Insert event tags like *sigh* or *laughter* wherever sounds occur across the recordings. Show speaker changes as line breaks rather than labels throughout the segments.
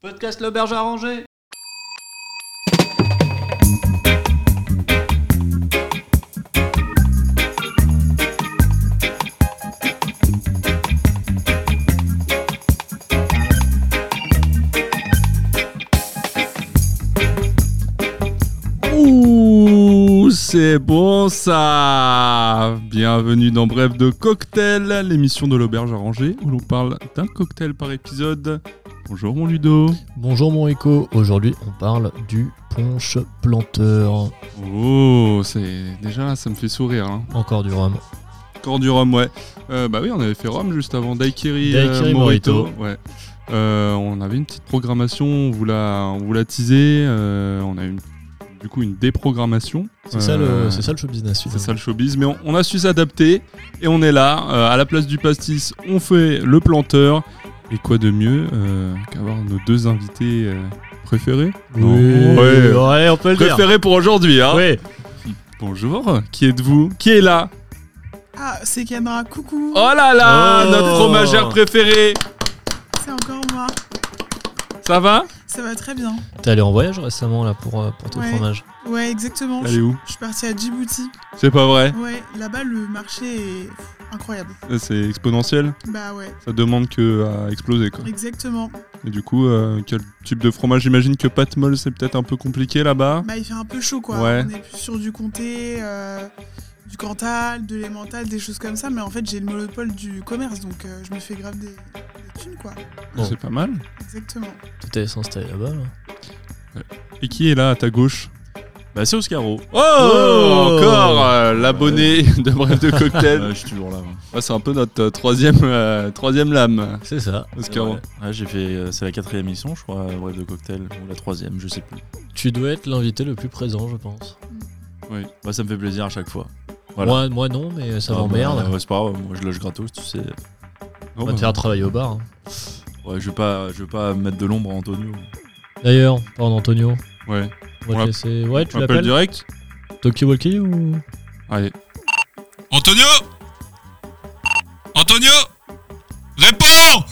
Podcast l'auberge arrangée.
Ouh, c'est bon ça Bienvenue dans Bref de Cocktail, l'émission de l'auberge arrangée où l'on parle d'un cocktail par épisode. Bonjour mon Ludo.
Bonjour mon écho, aujourd'hui on parle du punch planteur.
Oh, c'est déjà ça me fait sourire. Hein.
Encore du rhum.
Corps du rhum, ouais. Euh, bah oui, on avait fait rhum juste avant Daiquiri,
Daiquiri
Morito.
Morito.
Ouais. Euh, on avait une petite programmation, on vous l'a, on vous l'a teasé. euh, on a eu une- du coup une déprogrammation.
C'est ça,
Euh,
le- c'est ça le show business.
C'est ça le showbiz, mais on, on a su s'adapter et on est là. Euh, à la place du pastis, on fait le planteur. Et quoi de mieux euh, qu'avoir nos deux invités euh, préférés Non.
Oui,
Ouais.
ouais, on peut le dire.
Préférés pour aujourd'hui, hein
Ouais.
Bonjour, qui êtes-vous Qui est là
Ah, c'est Camara, coucou
Oh là là,
Oh
notre fromagère préférée
C'est encore moi
Ça va
Ça va très bien.
T'es allé en voyage récemment là pour, euh, pour ton
Ouais.
fromage.
Ouais, exactement.
Elle est
Je
où
je suis partie à Djibouti.
C'est pas vrai,
Ouais, là-bas, le marché est pff, incroyable.
c'est exponentiel.
Bah ouais,
Ça demande que à exploser quoi.
exactement.
Et du coup, euh, quel type de fromage J'imagine que pâte molle, c'est peut-être un peu compliqué là-bas.
Bah, il fait un peu chaud, quoi.
Ouais.
On est plus sur du comté, euh, du cantal, de l'émental, des choses comme ça. Mais en fait, j'ai le monopole du commerce, donc euh, je me fais grave des, des thunes, quoi.
Bon.
C'est pas mal.
Exactement.
Tout est censé aller là-bas. là.
Et qui est là à ta gauche
Bah c'est Oscaro.
Oh, Encore euh, l'abonné *laughs* de Bref de Cocktail.
*laughs*
Ouais, je suis toujours là. ouais.
Ah, c'est un peu notre euh, troisième, euh, troisième lame,
C'est ça.
Oscaro.
Ouais, ouais, j'ai fait. euh, c'est la quatrième émission, je crois, euh, bref de cocktail ou la troisième, je sais plus.
Tu dois être l'invité le plus présent, je pense.
Oui. Bah ça me fait plaisir à chaque fois. Voilà.
Moi, moi non, mais ça
Ah, bah,
m'emmerde.
ouais, c'est pas grave. Moi je loge gratos, tu sais.
Non,
on va te
bah,
faire travailler au bar. hein.
Ouais, je veux pas, je veux pas mettre de l'ombre à Antonio.
D'ailleurs, pardon Antonio.
ouais. On
On va
l'a-
te laisser. Ouais, tu
On appelle
l'appelles
direct
Toki Walkie ou.
Allez. Antonio Antonio Réponds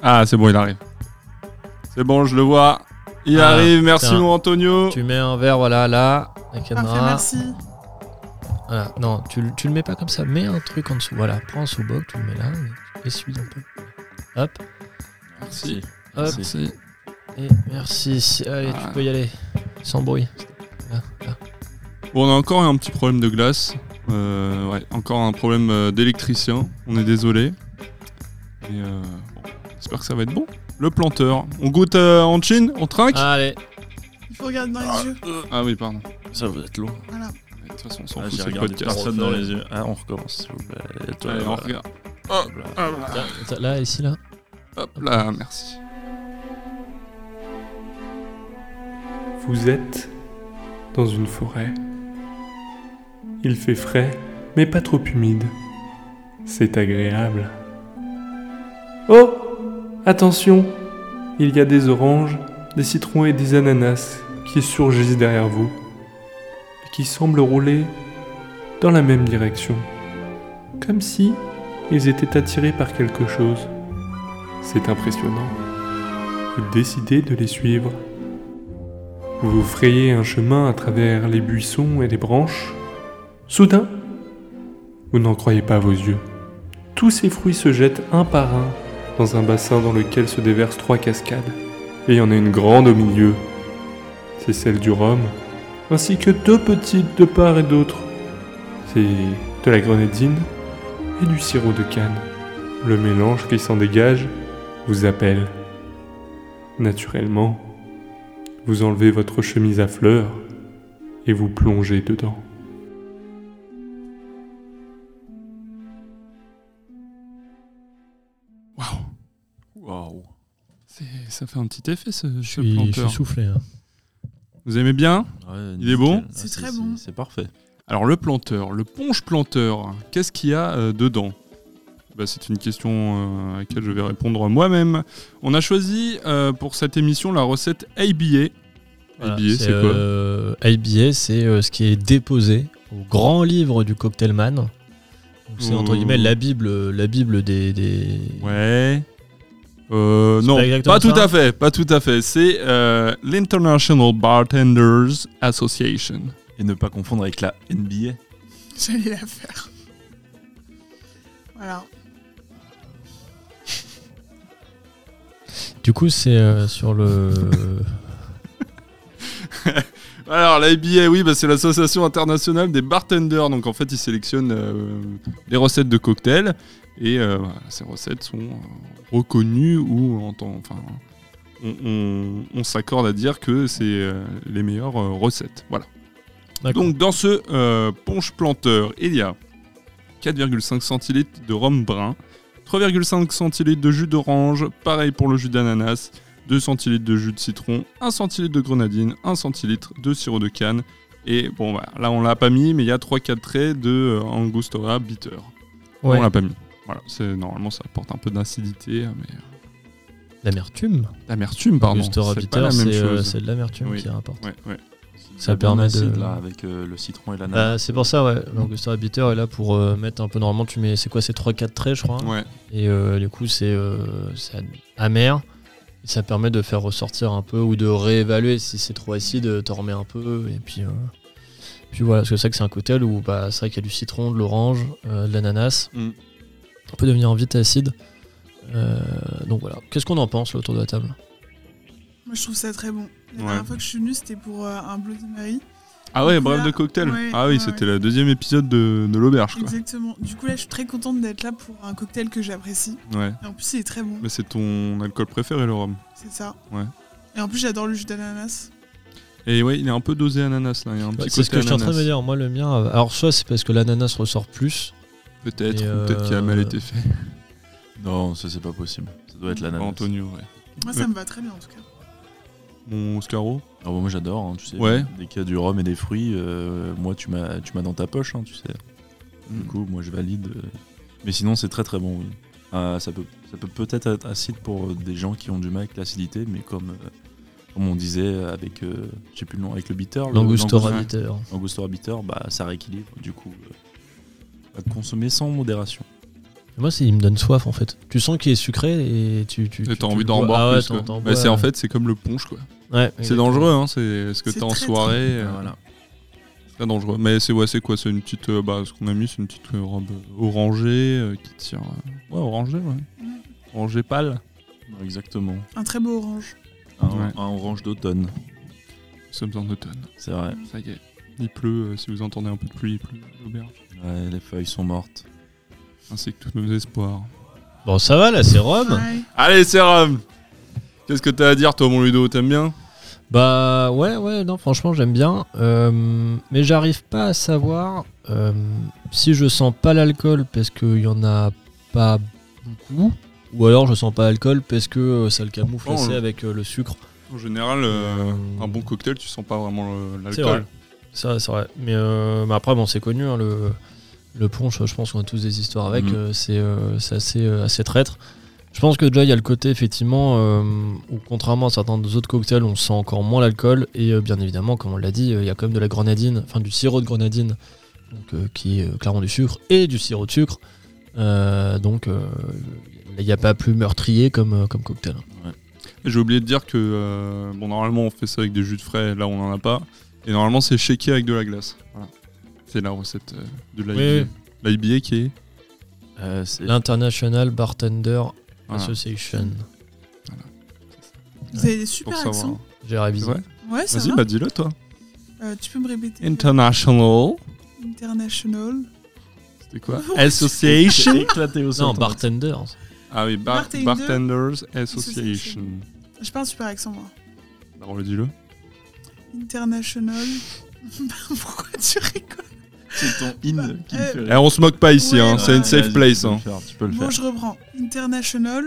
Ah, c'est bon, il arrive. C'est bon, je le vois. Il
Ah,
arrive, merci
putain.
mon Antonio.
Tu mets un verre, voilà, là. La
Parfait,
caméra.
merci.
Voilà, non, tu, le- tu le mets pas comme ça, mets un truc en dessous. Voilà, prends un sous-boc, tu le mets là, et essuie un peu. Hop,
Merci.
hop,
Merci.
et merci. Allez,
Ah.
tu peux y aller, sans bruit. Là, là.
Bon, on a encore un petit problème de glace. Euh, ouais, encore un problème euh, d'électricien. On est désolé. Et euh, bon, j'espère que ça va être bon. Le planteur. On goûte euh, en chin On trinque ah.
Allez,
Il faut regarder dans les yeux.
oui, pardon.
Ça vous êtes lourd.
Voilà. *laughs*
De toute façon, on s'en
Ah,
fout,
j'ai
c'est le
regardé
podcast.
personne dans les euh. yeux. Ah on recommence s'il vous plaît. Et toi,
Allez, on
voilà. Ah,
regarde.
Voilà.
Tiens, tiens, là, ici, là.
Hop là, merci.
Vous êtes dans une forêt. Il fait frais, mais pas trop humide. C'est agréable. Oh Attention Il y a des oranges, des citrons et des ananas qui surgissent derrière vous et qui semblent rouler dans la même direction. Comme si ils étaient attirés par quelque chose. C'est impressionnant. Vous décidez de les suivre. Vous frayez un chemin à travers les buissons et les branches. Soudain, vous n'en croyez pas vos yeux. Tous ces fruits se jettent un par un dans un bassin dans lequel se déversent trois cascades. Et il y en a une grande au milieu. C'est celle du rhum, ainsi que deux petites de part et d'autre. C'est de la grenadine et du sirop de canne. Le mélange qui s'en dégage vous appelle. Naturellement, vous enlevez votre chemise à fleurs et vous plongez dedans.
Waouh
Waouh.
C'est- Ça fait un petit effet ce, ce
Je suis, je
planteur.
suis soufflé. hein.
Vous aimez bien
Ouais,
Il est bon
nickel. Ah,
C'est très bon.
C'est parfait.
Alors le planteur, le ponche planteur, qu'est-ce qu'il y a euh, dedans Bah, C'est une question euh, à laquelle je vais répondre moi-même. On a choisi euh, pour cette émission la recette ABA.
Voilà,
ABA, c'est quoi
euh, IBA, c'est euh, ce qui est déposé au grand livre du Cocktailman. Donc, C'est entre
Ouh.
guillemets la Bible, la Bible des, des,
Ouais. Euh,
C'est
non,
pas exactement
pas tout
ça hein?
à fait, pas tout à fait. C'est euh, l'International Bartenders Association.
Et ne pas confondre avec la NBA.
J'allais la faire. Voilà.
Du coup, c'est euh, sur le.
Alors, la IBA, oui, bah, c'est l'Association internationale des bartenders. Donc, en fait, ils sélectionnent euh, les recettes de cocktails. Et euh, voilà, ces recettes sont euh, reconnues ou en tant- enfin, on, on- on s'accorde à dire que c'est euh, les meilleures euh, recettes. Voilà.
D'accord.
Donc, dans ce euh, punch planteur, il y a 4,5 centilitres de rhum brun, 3,5 centilitres de jus d'orange, pareil pour le jus d'ananas, 2 centilitres de jus de citron, 1 centilitre de grenadine, 1 centilitre de sirop de canne. Et bon, voilà, là on l'a pas mis, mais il y a 3-4 traits de euh, Angostura Bitter.
Ouais.
On l'a pas mis. Voilà, c'est- normalement ça apporte un peu d'acidité, mais. euh,
L'amertume.
D'amertume, pardon.
Angostura
C'est
Bitter,
pas la même
c'est euh,
chose.
c'est de l'amertume
Oui.
qui rapporte.
Ouais, ouais.
Ça
C'est bien
permet
acide,
de-
là, avec euh, le citron et l'ananas.
Bah, c'est pour ça, ouais. L'Angostura Bitter est là pour euh, mettre un peu. Normalement, tu mets. C'est quoi C'est 3-4 traits, je crois.
Ouais.
Et euh, du coup, c'est euh, c'est amer. Et ça permet de faire ressortir un peu ou de réévaluer. Si c'est trop acide, euh, t'en remets un peu. Et puis, euh, puis voilà, parce que c'est vrai que c'est un cocktail où bah, c'est vrai qu'il y a du citron, de l'orange, euh, de l'ananas.
Mm.
On peut devenir vite acide. Euh, donc voilà. Qu'est-ce qu'on en pense là, autour de la table
Moi, je trouve ça très bon. La
Ouais.
dernière fois que je suis venue, c'était pour euh, un Bloody Mary.
Ah ouais,
Du coup,
bref
là-
de cocktail.
ouais,
ah oui,
ouais,
c'était le deuxième épisode de, de l'auberge, quoi.
Exactement. Du coup, là, je suis très contente d'être là pour un cocktail que j'apprécie.
Ouais.
Et en plus, il est très bon.
Mais c'est ton alcool préféré, le rhum.
C'est ça.
Ouais.
Et en plus, j'adore le jus d'ananas.
Et ouais, il est un peu dosé ananas, là. Il y a un petit
Ouais,
côté
C'est ce que je suis en train de me
ananas.
dire. Moi, le mien. euh, Alors, soit c'est parce que l'ananas ressort plus.
Oh, Peut-être,
Et,
ou peut-être qu'il a mal
euh,
été fait.
Non, ça c'est pas possible. Ça doit être l'ananas.
Antonio, ouais. Ouais.
Moi, ça me va très bien en tout cas.
Mon Oscaro
Ah bah, moi j'adore, hein, tu sais.
Ouais.
Dès qu'il y a du rhum et des fruits, euh, moi tu m'as tu m'as dans ta poche, hein, tu sais.
Mm.
Du coup, moi je valide. euh. Mais sinon, c'est très très bon, oui. Ah, ça peut ça peut peut-être être acide pour euh, des gens qui ont du mal avec l'acidité, mais comme, euh, comme on disait avec, euh, je sais plus le nom, avec le bitter. le-
L'angostura
l'angostura-
Bitter.
Angostura bitter, bah, ça rééquilibre. Du coup, euh, à consommer sans modération.
Moi, c'est- il me donne soif en fait. Tu sens qu'il est sucré et tu. tu
Et
tu-
t'as
tu
envie
le
d'en
bois.
boire
Ah ouais,
plus,
t'en-
quoi.
t'en
Bah, c'est
bois,
en fait, c'est comme le punch, quoi.
Ouais,
C'est
exactement.
dangereux, hein. C'est ce que
C'est
t'as en
très, très
soirée. euh,
Voilà.
C'est très dangereux. Mais c'est ouais, c'est quoi C'est une petite. euh, bah, ce qu'on a mis, c'est une petite euh, robe orangée euh, qui tire. euh, Ouais, orangée, ouais.
Mm.
Orangée pâle.
Exactement.
Un très beau orange.
Un,
Ouais.
un orange d'automne,
Nous sommes en automne.
c'est vrai.
Ça y est. Il pleut. euh, si vous entendez un peu de pluie, il pleut. à l'auberge.
Ouais, les feuilles sont mortes.
Ainsi que tous nos espoirs.
Bon, ça va là, c'est
Ah.
Rome.
Ouais.
Allez, sérum Qu'est-ce que t'as à dire, toi, mon Ludo T'aimes bien
Bah ouais, ouais, non, franchement, j'aime bien. Euh, mais j'arrive pas à savoir euh, si je sens pas l'alcool parce qu'il y en a pas beaucoup. Ou alors je sens pas l'alcool parce que euh, ça le camoufle
Oh,
assez
le-
avec euh, le sucre.
En général, euh,
Euh,
un bon cocktail, tu sens pas vraiment euh,
C'est vrai.
l'alcool.
Ça, c'est vrai. Mais, euh, mais après, bon, c'est connu, hein, le, le punch, je pense qu'on a tous des histoires avec,
Mhm.
euh, c'est euh, c'est assez, euh, assez traître. Je pense que déjà, il y a le côté, effectivement, euh, où contrairement à certains des autres cocktails, on sent encore moins l'alcool. Et euh, bien évidemment, comme on l'a dit, euh, il y a quand même de la grenadine, enfin du sirop de grenadine, donc, euh, qui est euh, clairement du sucre, et du sirop de sucre. Euh, donc, euh, il n'y a pas plus meurtrier comme, euh, comme cocktail.
Et J'ai oublié de dire que euh, bon normalement on fait ça avec des jus de frais, là on en a pas. Et normalement c'est shaké avec de la glace. Voilà. C'est la recette euh, de l'IBA.
Oui,
L'IBA qui est.
Euh, c'est-
L'International Bartender
Voilà,
Association.
Vous
Ouais.
avez des
pour
super
savoir.
accents.
J'ai
C'est
révisé.
vrai
Ouais, ça
Vas-y,
va.
bah dis-le toi.
Euh, tu peux me répéter euh,
International.
International.
C'était
*laughs*
quoi
Oh,
Association.
éclaté au sol,
Non,
ton
bartender.
Ah oui, bar-
Bartender
Bartenders Association.
Je parle super accent moi.
Alors le dis-le.
International. *laughs* Pourquoi tu rigoles
C'est ton in qui me fait
Eh,
rire.
on se moque pas ici,
Ouais,
hein.
bah,
c'est une safe
Vas-y,
place.
Tu peux le
Hein.
faire, tu peux le
Bon,
faire.
je reprends. International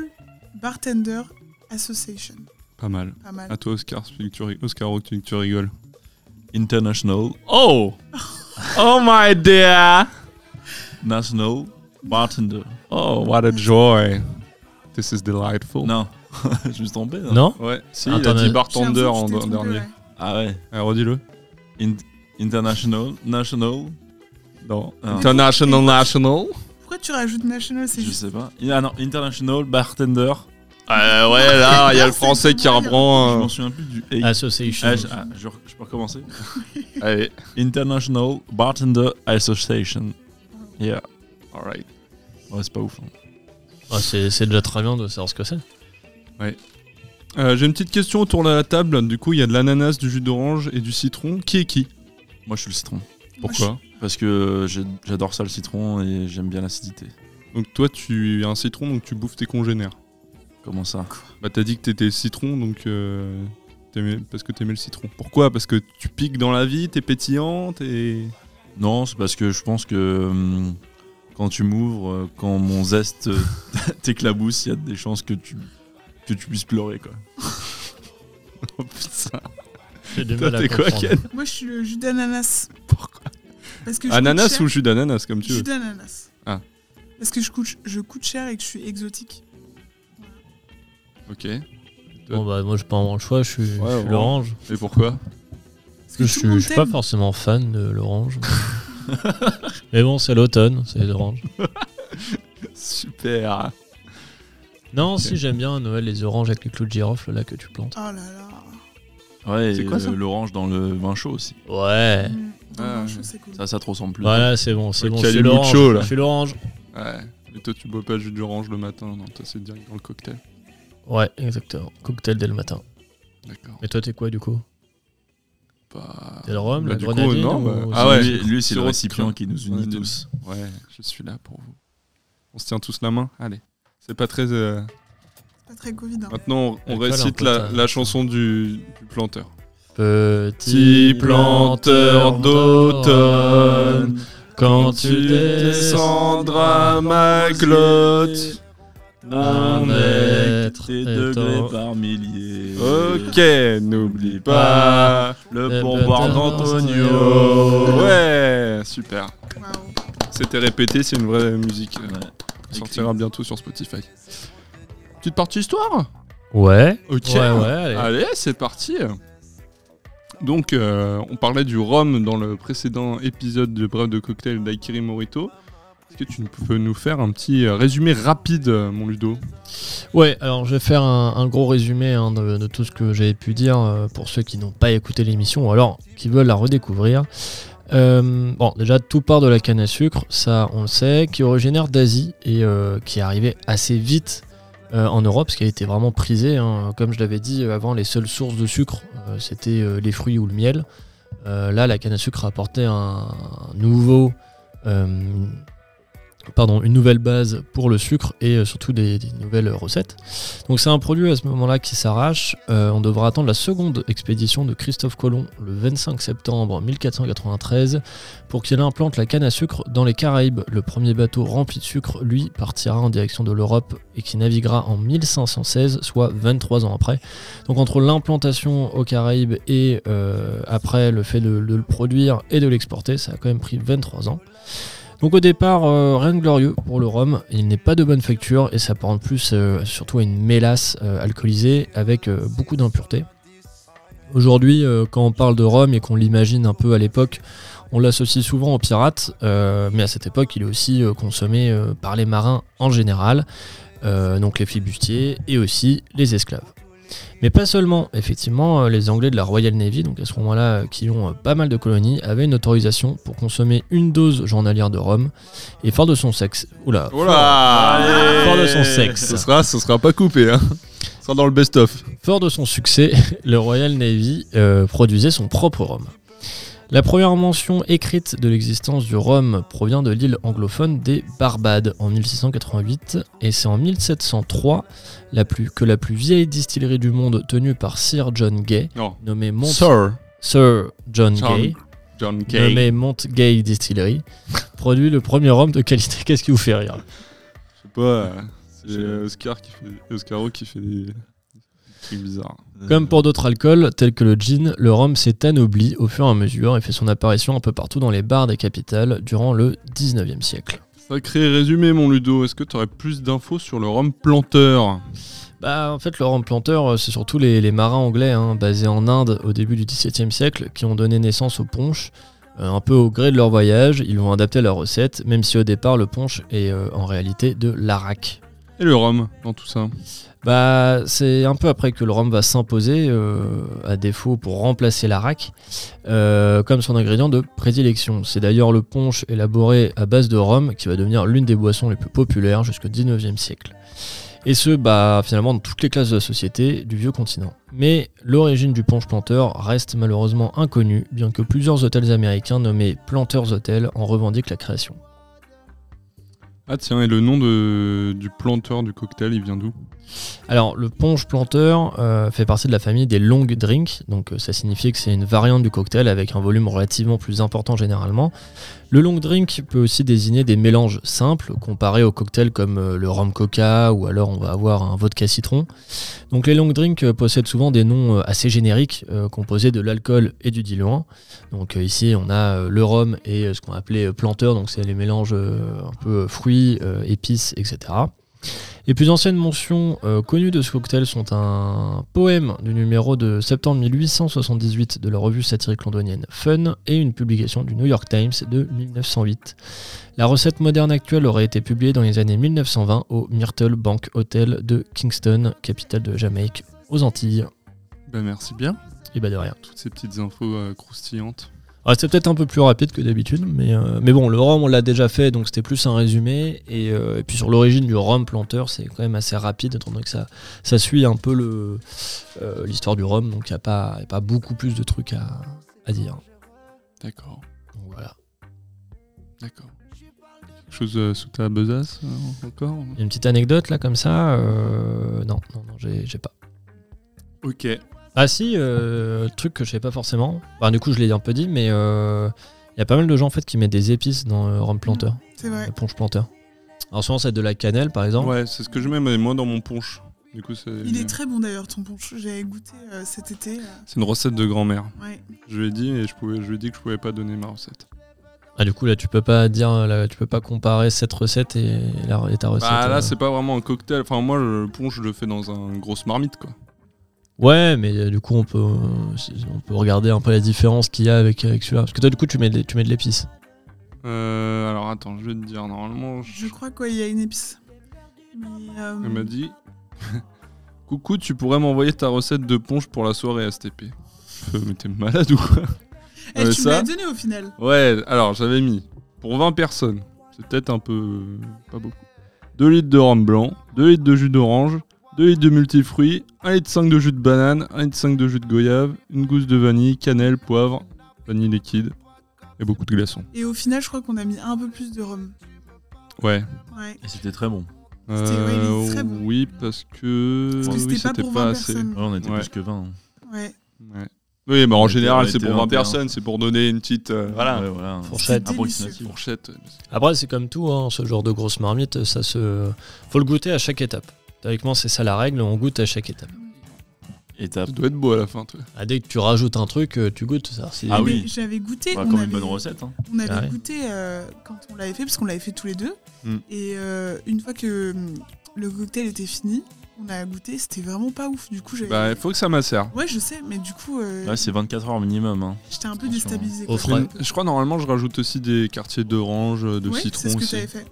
Bartender Association.
Pas mal.
Pas mal.
À toi Oscar, tu- tu ri- Oscaro, tu, tu rigoles.
International
Oh *laughs* Oh my dear
National Bartender.
Oh, what a joy This is
Oh.
delightful.
Non, *laughs* je me suis trompé. hein. non
Non
Ouais, si,
Attends,
il a
mais-
dit
J'ai l'impression
bartender
que
en,
je t'ai
en
trompé,
dernier.
ouais.
Ah ouais.
Ah, redis-le.
In- international, National.
Non.
Ah.
International National.
Pourquoi tu rajoutes national C'est
Je
juste.
sais pas. Ah non, International Bartender
Ah ouais, là, il y a le français qui
Je
reprend. euh,
m'en souviens plus du hey.
Association.
Ah, je, ah, je re- je peux recommencer
Allez,
International Bartender Association. Yeah.
alright.
Ouais, c'est pas ouf. hein.
Ah, c'est c'est déjà très bien de savoir ce que c'est.
Euh, J'ai une petite question autour de la table. Du coup, il y a de l'ananas, du jus d'orange et du citron. Qui est qui
Moi, je suis le citron.
Pourquoi
Parce que j'ai- j'adore ça, le citron, et j'aime bien l'acidité.
Donc toi, tu es un citron, donc tu bouffes tes congénères.
Comment ça
Bah t'as dit que t'étais citron, donc euh, t'aimais- parce que t'aimais le citron. Pourquoi Parce que tu piques dans la vie, t'es pétillante et...
Non, c'est parce que je pense que hum, quand tu m'ouvres, euh, quand mon zeste euh, *laughs* t'éclabousse, il y a des chances que tu, que tu puisses pleurer, *laughs* quoi.
Oh putain,
J'ai du
Toi,
mal à
t'es quoi,
comprendre.
Ken
Moi, je suis le jus d'ananas.
Pourquoi
Parce que je coûte
Ananas
cher.
ou jus d'ananas, comme tu
Jus
veux
d'ananas.
Ah.
Parce que je coûte, je coûte cher et que je suis exotique.
Ok.
Bon, bah, moi, j'ai pas vraiment le choix, je suis, je suis
orange.
l'orange.
Et pourquoi
Parce
Parce que je,
tout le
suis-
monde
je suis pas
t'aime.
forcément fan de l'orange. mais bon, c'est l'automne, c'est l'orange.
Super
Non,
Ok.
si j'aime bien à Noël les oranges avec les clous de girofle là que tu plantes.
Oh là là.
Ouais,
C'est
et,
quoi, ça
euh, l'orange dans le vin chaud aussi.
Ouais.
Mmh.
Ah,
Non,
ouais.
je trouve c'est cool.
Ça, ça te ressemble plus.
Voilà, c'est bon, c'est
Le
bon. Je suis
Calimucho,
l'orange.
là.
Je suis l'orange.
Ouais. Mais toi, tu bois pas de jus d'orange le matin, non, toi, c'est direct dans le cocktail.
Ouais, exactement. Cocktail dès le matin.
D'accord.
Mais toi, t'es quoi du coup
Bah...
T'es le rhum,
Bah,
la
du coup,
grenadine
non,
ou-
bah, ah ouais.
Lui, lui, c'est le
Sirop de
récipient
crème.
qui nous
On est
unit
deux.
tous.
Ouais, je suis là pour vous. On se tient tous la main Allez. C'est pas très... euh,
C'est Pas très Covid. hein.
Maintenant, on, on
Alcool, euh,
récite
un peu,
la,
t'as-
la chanson du, du planteur.
Petit planteur d'automne, quand tu descendras
ma
glotte, un être
Des
étant-
degrés par milliers.
Ok, n'oublie pas le
Le
bombard
bonbon
d'Antonio. Ouais, super.
Waouh.
C'était répété, c'est une vraie musique.
Ouais.
Elle sortira bientôt sur Spotify. Petite partie histoire
Ouais.
Ok.
Ouais, ouais, allez.
Allez, c'est parti. Donc, euh, on parlait du rhum dans le précédent épisode de Bref de Cocktail d'Aikiri Morito. Est-ce que tu peux nous faire un petit euh, résumé rapide, euh, mon Ludo
Ouais, alors je vais faire un, un gros résumé hein, de, de tout ce que j'avais pu dire euh, pour ceux qui n'ont pas écouté l'émission ou alors qui veulent la redécouvrir. Euh, bon, déjà, tout part de la canne à sucre, ça on le sait, qui est originaire d'Asie et euh, qui est arrivée assez vite euh, en Europe, ce qui a été vraiment prisé. hein. Comme je l'avais dit euh, avant, les seules sources de sucre, euh, c'était euh, les fruits ou le miel. Euh, là, la canne à sucre a apporté un nouveau. euh, pardon, une nouvelle base pour le sucre et euh, surtout des, des nouvelles euh, recettes. Donc c'est un produit à ce moment-là qui s'arrache. Euh, on devra attendre la seconde expédition de Christophe Colomb le 25 septembre 1493 pour qu'il implante la canne à sucre dans les Caraïbes. Le premier bateau rempli de sucre, lui, partira en direction de l'Europe et qui naviguera en 1516, soit 23 ans après. Donc entre l'implantation aux Caraïbes et euh, après le fait de- de le produire et de l'exporter, ça a quand même pris 23 ans. Donc au départ, euh, rien de glorieux pour le rhum. Il n'est pas de bonne facture et ça part en plus euh, surtout à une mélasse euh, alcoolisée avec euh, beaucoup d'impuretés. Aujourd'hui, euh, quand on parle de rhum et qu'on l'imagine un peu à l'époque, on l'associe souvent aux pirates, euh, mais à cette époque, il est aussi euh, consommé euh, par les marins en général, euh, donc les flibustiers et aussi les esclaves. Mais pas seulement, effectivement, euh, les Anglais de la Royal Navy, donc à ce moment-là, euh, qui ont euh, pas mal de colonies, avaient une autorisation pour consommer une dose journalière de rhum, et fort de son sexe. Oula,
Oula
Fort de son sexe.
Ce sera, ce sera pas coupé, hein Ce sera dans le best-of.
Fort de son succès, *laughs* le Royal Navy euh, produisait son propre rhum. La première mention écrite de l'existence du rhum provient de l'île anglophone des Barbades en 1688 et c'est en 1703 la plus, que la plus vieille distillerie du monde tenue par Sir John Gay,
Non.
nommée Mont
Sir
Sir John
John
Gay,
John Kay.
nommée Mont Gay Distillery, produit le premier rhum de qualité. *laughs* Qu'est-ce qui vous fait rire
Je sais pas, euh, c'est Oscar qui fait, Oscaro qui fait des des trucs bizarres.
Comme pour d'autres alcools, tels que le gin, le rhum s'est anobli au fur et à mesure et fait son apparition un peu partout dans les bars des capitales durant le 19e siècle.
Sacré résumé, mon Ludo. Est-ce que t'aurais plus d'infos sur le rhum planteur
Bah, en fait, le rhum planteur, euh, c'est surtout les, les marins anglais hein, basés en Inde au début du XVIIe siècle qui ont donné naissance au punch. Euh, un peu au gré de leur voyage, ils vont adapter la recette, même si au départ, le punch est euh, en réalité de l'arak.
Et le rhum dans tout ça
Bah, c'est un peu après que le rhum va s'imposer, euh, à défaut pour remplacer l'arac, euh, comme son ingrédient de prédilection. C'est d'ailleurs le punch élaboré à base de rhum qui va devenir l'une des boissons les plus populaires jusqu'au 19e siècle. Et ce, bah, finalement, dans toutes les classes de la société du vieux continent. Mais l'origine du punch planteur reste malheureusement inconnue, bien que plusieurs hôtels américains nommés Planteurs Hôtels en revendiquent la création.
Ah tiens, et le nom de, du planteur du cocktail, il vient d'où
Alors, le punch planteur euh, fait partie de la famille des long drinks, donc euh, ça signifie que c'est une variante du cocktail avec un volume relativement plus important généralement. Le long drink peut aussi désigner des mélanges simples comparés aux cocktails comme euh, le rhum coca ou alors on va avoir un vodka citron. Donc les long drinks euh, possèdent souvent des noms euh, assez génériques euh, composés de l'alcool et du diluant. Donc euh, ici on a euh, le rhum et euh, ce qu'on appelait euh, planteur, donc c'est les mélanges euh, un peu euh, fruits, euh, épices, etc. Les plus anciennes mentions euh, connues de ce cocktail sont un poème du numéro de septembre 1878 de la revue satirique londonienne Fun et une publication du New York Times de 1908. La recette moderne actuelle aurait été publiée dans les années 1920 au Myrtle Bank Hotel de Kingston, capitale de Jamaïque, aux Antilles.
Bah merci bien,
Et bah de rien.
toutes ces petites infos euh, croustillantes.
Alors, c'était Ah, peut-être un peu plus rapide que d'habitude, mais, euh, mais bon, le rhum, on l'a déjà fait, donc c'était plus un résumé. Et, euh, et puis sur l'origine du rhum planteur, c'est quand même assez rapide, étant donné que ça, ça suit un peu le, euh, l'histoire du rhum, donc il n'y a, pas- y a pas beaucoup plus de trucs à, à dire.
D'accord,
Donc, voilà.
d'accord. Quelque chose euh, sous ta besace euh, encore
Il y a Une petite anecdote là, comme ça euh, Non, non, non, j'ai, j'ai pas.
Ok.
Ah si, euh, truc que je sais pas forcément. Enfin, du coup, je l'ai un peu dit, mais euh, il y a pas mal de gens en fait qui mettent des épices dans le rhum planteur,
C'est vrai.
la ponche planteur. Alors souvent, c'est de la cannelle, par exemple.
Ouais, c'est ce que je mets, mais moi dans mon punch. Du coup, c'est
Il est très bon d'ailleurs ton punch. J'avais goûté euh, cet été. euh,
c'est une recette de grand-mère.
ouais.
Je lui ai dit et je, pouvais, je lui ai dit que je pouvais pas donner ma recette.
Ah, du coup, là, tu peux pas dire, là, tu peux pas comparer cette recette et, la, et ta recette.
Bah là,
euh.
c'est pas vraiment un cocktail. Enfin, moi, le punch, je le fais dans un- une grosse marmite, quoi.
Ouais, mais euh, du coup, on peut, euh, si- on peut regarder un peu la différence qu'il y a avec, avec celui-là. Parce que toi, du coup, tu mets de, tu mets de l'épice.
Euh, alors, attends, je vais te dire. Normalement,
Je
je-
crois quoi, il y a une épice. Mais, euh,
elle m'a dit *laughs* Coucou, tu pourrais m'envoyer ta recette de punch pour la soirée STP. Je fais, Euh, Mais t'es malade ou quoi
eh,
euh,
tu me l'as
ça
donné au final.
Ouais, alors j'avais mis pour 20 personnes, c'est peut-être un peu. pas beaucoup. 2 litres de rhum blanc, 2 litres de jus d'orange, 2 litres de multifruits, 1 litre 5 de jus de banane, 1 litre 5 de jus de goyave, une gousse de vanille, cannelle, poivre, vanille liquide et beaucoup de glaçons.
Et au final, je crois qu'on a mis un peu plus de rhum.
Ouais. Euh,
Ouais.
Et c'était très bon. Ouais,
C'était- ouais, il est très bon.
Oui, parce que.
Parce que
oui,
c'était pas pour 20 personnes.
on était
Ouais.
plus que 20. hein.
Ouais.
Ouais. Oui, bah en
On était-
général,
on
c'est
était
pour 20
21.
personnes, c'est pour donner une petite euh, hein. voilà,
Ouais, voilà.
Fourchette.
délicieux.
Approximative.
fourchette.
Après, c'est comme tout, hein, ce genre de grosse marmite, ça se. Faut le goûter à chaque étape. Théoriquement, c'est ça la règle, on goûte à chaque étape.
Étape.
Ça doit être beau à la fin, toi.
Ah, dès que tu rajoutes un truc, euh, tu goûtes. Ça, c'est-
Ah
Mais
oui.
J'avais goûté.
Bah,
on
comme
avait-
une bonne recette. hein.
On avait
Ah ouais.
goûté euh, quand on l'avait fait, parce qu'on l'avait fait tous les deux.
Mm.
Et euh, une fois que hum, le cocktail était fini, on a goûté, c'était vraiment pas ouf. Du coup, j'avais.
Bah, il faut que ça m'assère.
ouais, je sais, mais du coup, euh,
Ouais, c'est 24 heures minimum. hein.
j'étais un peu
attention.
déstabilisée.
Au
quoi.
frais.
Je crois normalement je rajoute aussi des quartiers d'orange, euh, de
Ouais,
citron Euh,
c'est ce que
aussi.
t'avais fait.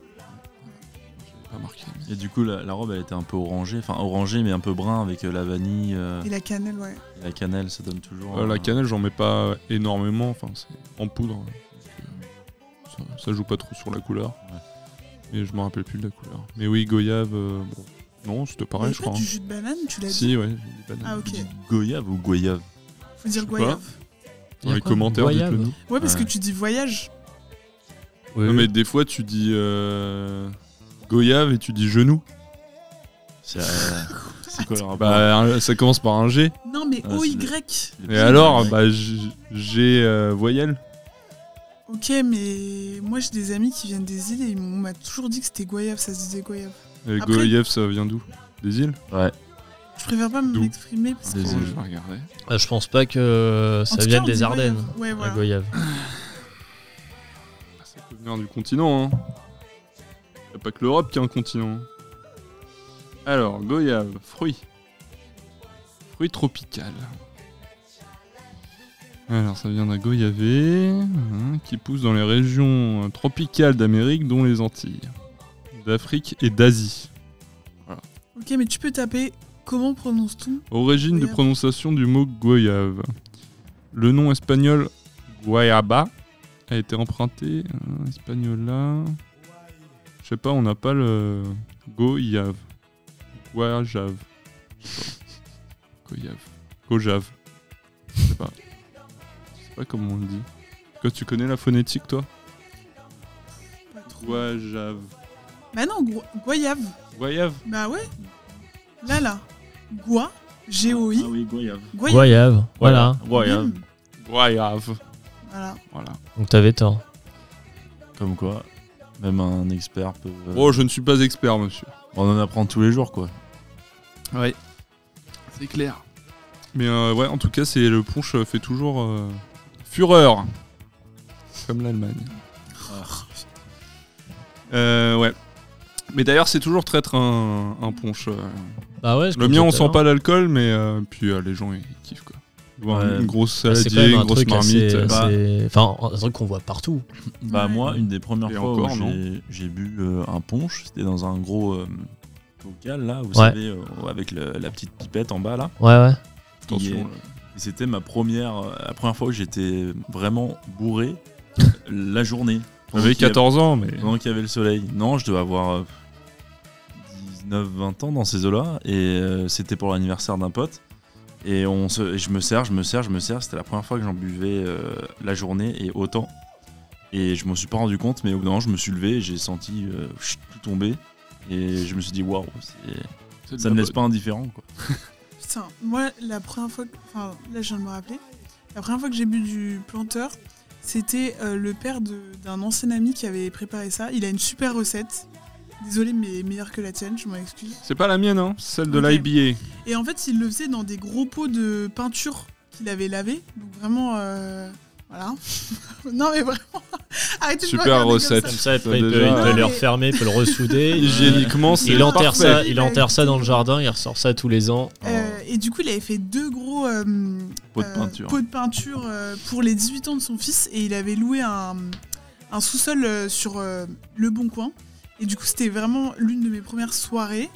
J'ai pas marqué.
Et du coup, la, la robe, elle était un peu orangée. Enfin, orangée, mais un peu brun avec euh, la vanille, euh,
Et la cannelle, ouais.
et la cannelle, ça donne toujours.
Euh, la
euh,
cannelle j'en mets pas énormément, enfin c'est en poudre. Donc, euh, Ça, ça joue pas trop sur la couleur.
Ouais.
Mais je me rappelle plus de la couleur. Mais oui, goyave, euh, bon. non c'était
Il y
pareil
avait
je
pas
crois.
du
hein.
jus de banane, tu l'as dit.
Si ouais, j'ai dit banane.
Ah, ok.
vous dites Goyave ou goyave
Faut dire
sais pas. Dans
goyave.
Il y a
les
quoi
commentaires
Goyave
dites-le nous.
Ouais, parce
Ouais.
que tu dis voyage.
Oui,
Non
oui.
mais des fois tu dis euh, goyave et tu dis genou.
C'est euh, c'est quoi le rapport
Bah un- ça commence par un G.
Non, mais
Ah, c'est
OY.
Les
Et
petits-
alors
ouais.
bah G, G, euh, voyelle.
Ok, mais moi j'ai des amis qui viennent des îles et ils m'ont- on m'a toujours dit que c'était goyave, ça se disait goyave.
Et
Après-
goyave ça vient d'où Des îles
Je préfère pas
D'où
m'exprimer parce que.
Des
Attends,
îles.
Je vais regarder.
Ah, je pense pas que euh,
En
ça
tout
vienne
cas, on dit
des Ardennes,
goyave. Ouais,
la
voilà.
goyave.
Bah, Ça peut venir du continent, hein. Y a pas que l'Europe qui a un continent. Alors, goyave, fruit. Fruit tropical. Alors, ça vient d'un goyavé, hein, qui pousse dans les régions euh, tropicales d'Amérique, dont les Antilles, d'Afrique et d'Asie.
Ok, mais tu peux taper comment prononce-t-on
Origine de
Goyave.
prononciation du mot goyave. Le nom espagnol guayaba a été emprunté à un espagnol là. Je sais pas, on n'a pas le goyave. Guajave. Je sais pas. Goyave. Gojave. Je sais pas. Je sais pas comment on le dit. Que tu connais la phonétique toi
Pas trop.
Guajave.
Bah non, gro- goyave.
Guayave
Bah ouais. Là, là. Gua, G-O-I.
Ah oui, Goyave.
Goyave.
Goyave,
Hein,
voilà.
Goyave.
Mmh.
Guayave.
Voilà.
Voilà.
Donc t'avais tort.
Comme quoi, même un expert peut. euh,
Oh, je ne suis pas expert, monsieur.
On en apprend tous les jours, quoi.
Ouais. C'est clair. Mais euh, ouais, en tout cas, c'est le punch euh, fait toujours euh, fureur. Comme l'Allemagne. Ah, Euh, ouais. Mais d'ailleurs, c'est toujours traître un, un punch. euh.
Bah ouais,
Le mien, on sent pas l'alcool, mais euh, puis euh, les gens, ils kiffent quoi. Voir
Ouais.
Une grosse
Ah, Bah, C'est quand
saladier,
même
une
un
grosse
truc
marmite.
assez,
euh,
bah.
assez- Enfin, un truc qu'on voit partout.
Bah
Ouais.
moi, une des premières
Et
fois
encore,
où
non
j'ai- j'ai bu euh, un punch, c'était dans un gros euh, bocal là, vous savez, euh, avec le- la petite pipette en bas là.
Ouais, ouais.
Il est-
Attention. euh.
Et c'était ma première, euh, la première fois où j'étais vraiment bourré euh, la journée. Pendant
J'avais
qu'il y avait-
14 ans, mais.
Pendant qu'il y avait le soleil. Non, je devais avoir euh, 19-20 ans dans ces eaux-là. Et euh, c'était pour l'anniversaire d'un pote. Et on se, et je me sers, je me sers, je me sers. C'était la première fois que j'en buvais euh, la journée et autant. Et je m'en suis pas rendu compte, mais au bout d'un moment, je me suis levé et j'ai senti euh, chut, tout tomber. Et je me suis dit, waouh, c'est- ça me laisse pas indifférent. Quoi.
Putain, moi, la première fois. que- Enfin, là, je viens de me rappeler. La première fois que j'ai bu du planteur, c'était euh, le père de- d'un ancien ami qui avait préparé ça. Il a une super recette. Désolé, mais meilleure que la tienne, je m'en excuse.
C'est pas la mienne, hein. c'est celle de
Ok.
l'IBA.
Et en fait, il le faisait dans des gros pots de peinture qu'il avait lavé. Donc vraiment, euh, voilà. *laughs* non mais vraiment, *laughs* arrêtez de me
Super
regarder comme
recette.
ça.
Comme
ça,
il peut- il peut-
il peut le
refermer, *laughs* il peut le ressouder. Euh,
Hygiéniquement, c'est.
Il enterre,
parfait.
ça, il enterre ça dans le jardin, il ressort ça tous les ans.
Euh, et du coup, il avait fait deux gros euh,
Pot de
euh,
peinture.
pots de peinture, euh, pour les 18 ans de son fils et il avait loué un, un sous-sol euh, sur euh, le Bon Coin. Et du coup, c'était vraiment l'une de mes premières soirées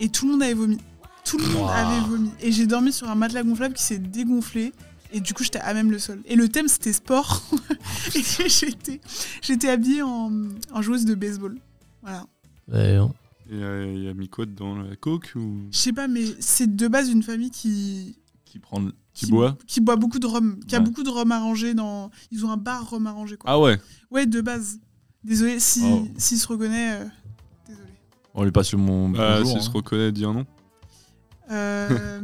et tout le monde avait vomi. Tout le monde
Ouah.
avait vomi. Et j'ai dormi sur un matelas gonflable qui s'est dégonflé. Et du coup, j'étais à même le sol. Et le thème, c'était sport. *laughs* et j'étais, j'étais habillée en, en joueuse de baseball. Voilà.
Ouais, non.
Et, euh, Il y a mis quoi dedans La coke ou.
Je sais pas, mais c'est de base une famille qui,
Qui prend le-
Qui boit
qui boit beaucoup de rhum, qui a
Ouais.
beaucoup de rhum arrangé dans. Ils ont un bar rhum arrangé quoi.
Ah ouais.
Ouais, de base. Désolé si
Oh.
s'il se reconnaît. euh, Désolé.
On lui passe le mon.
Bah,
bonjour,
si
hein.
se reconnaît, dire non. *laughs*
Euh,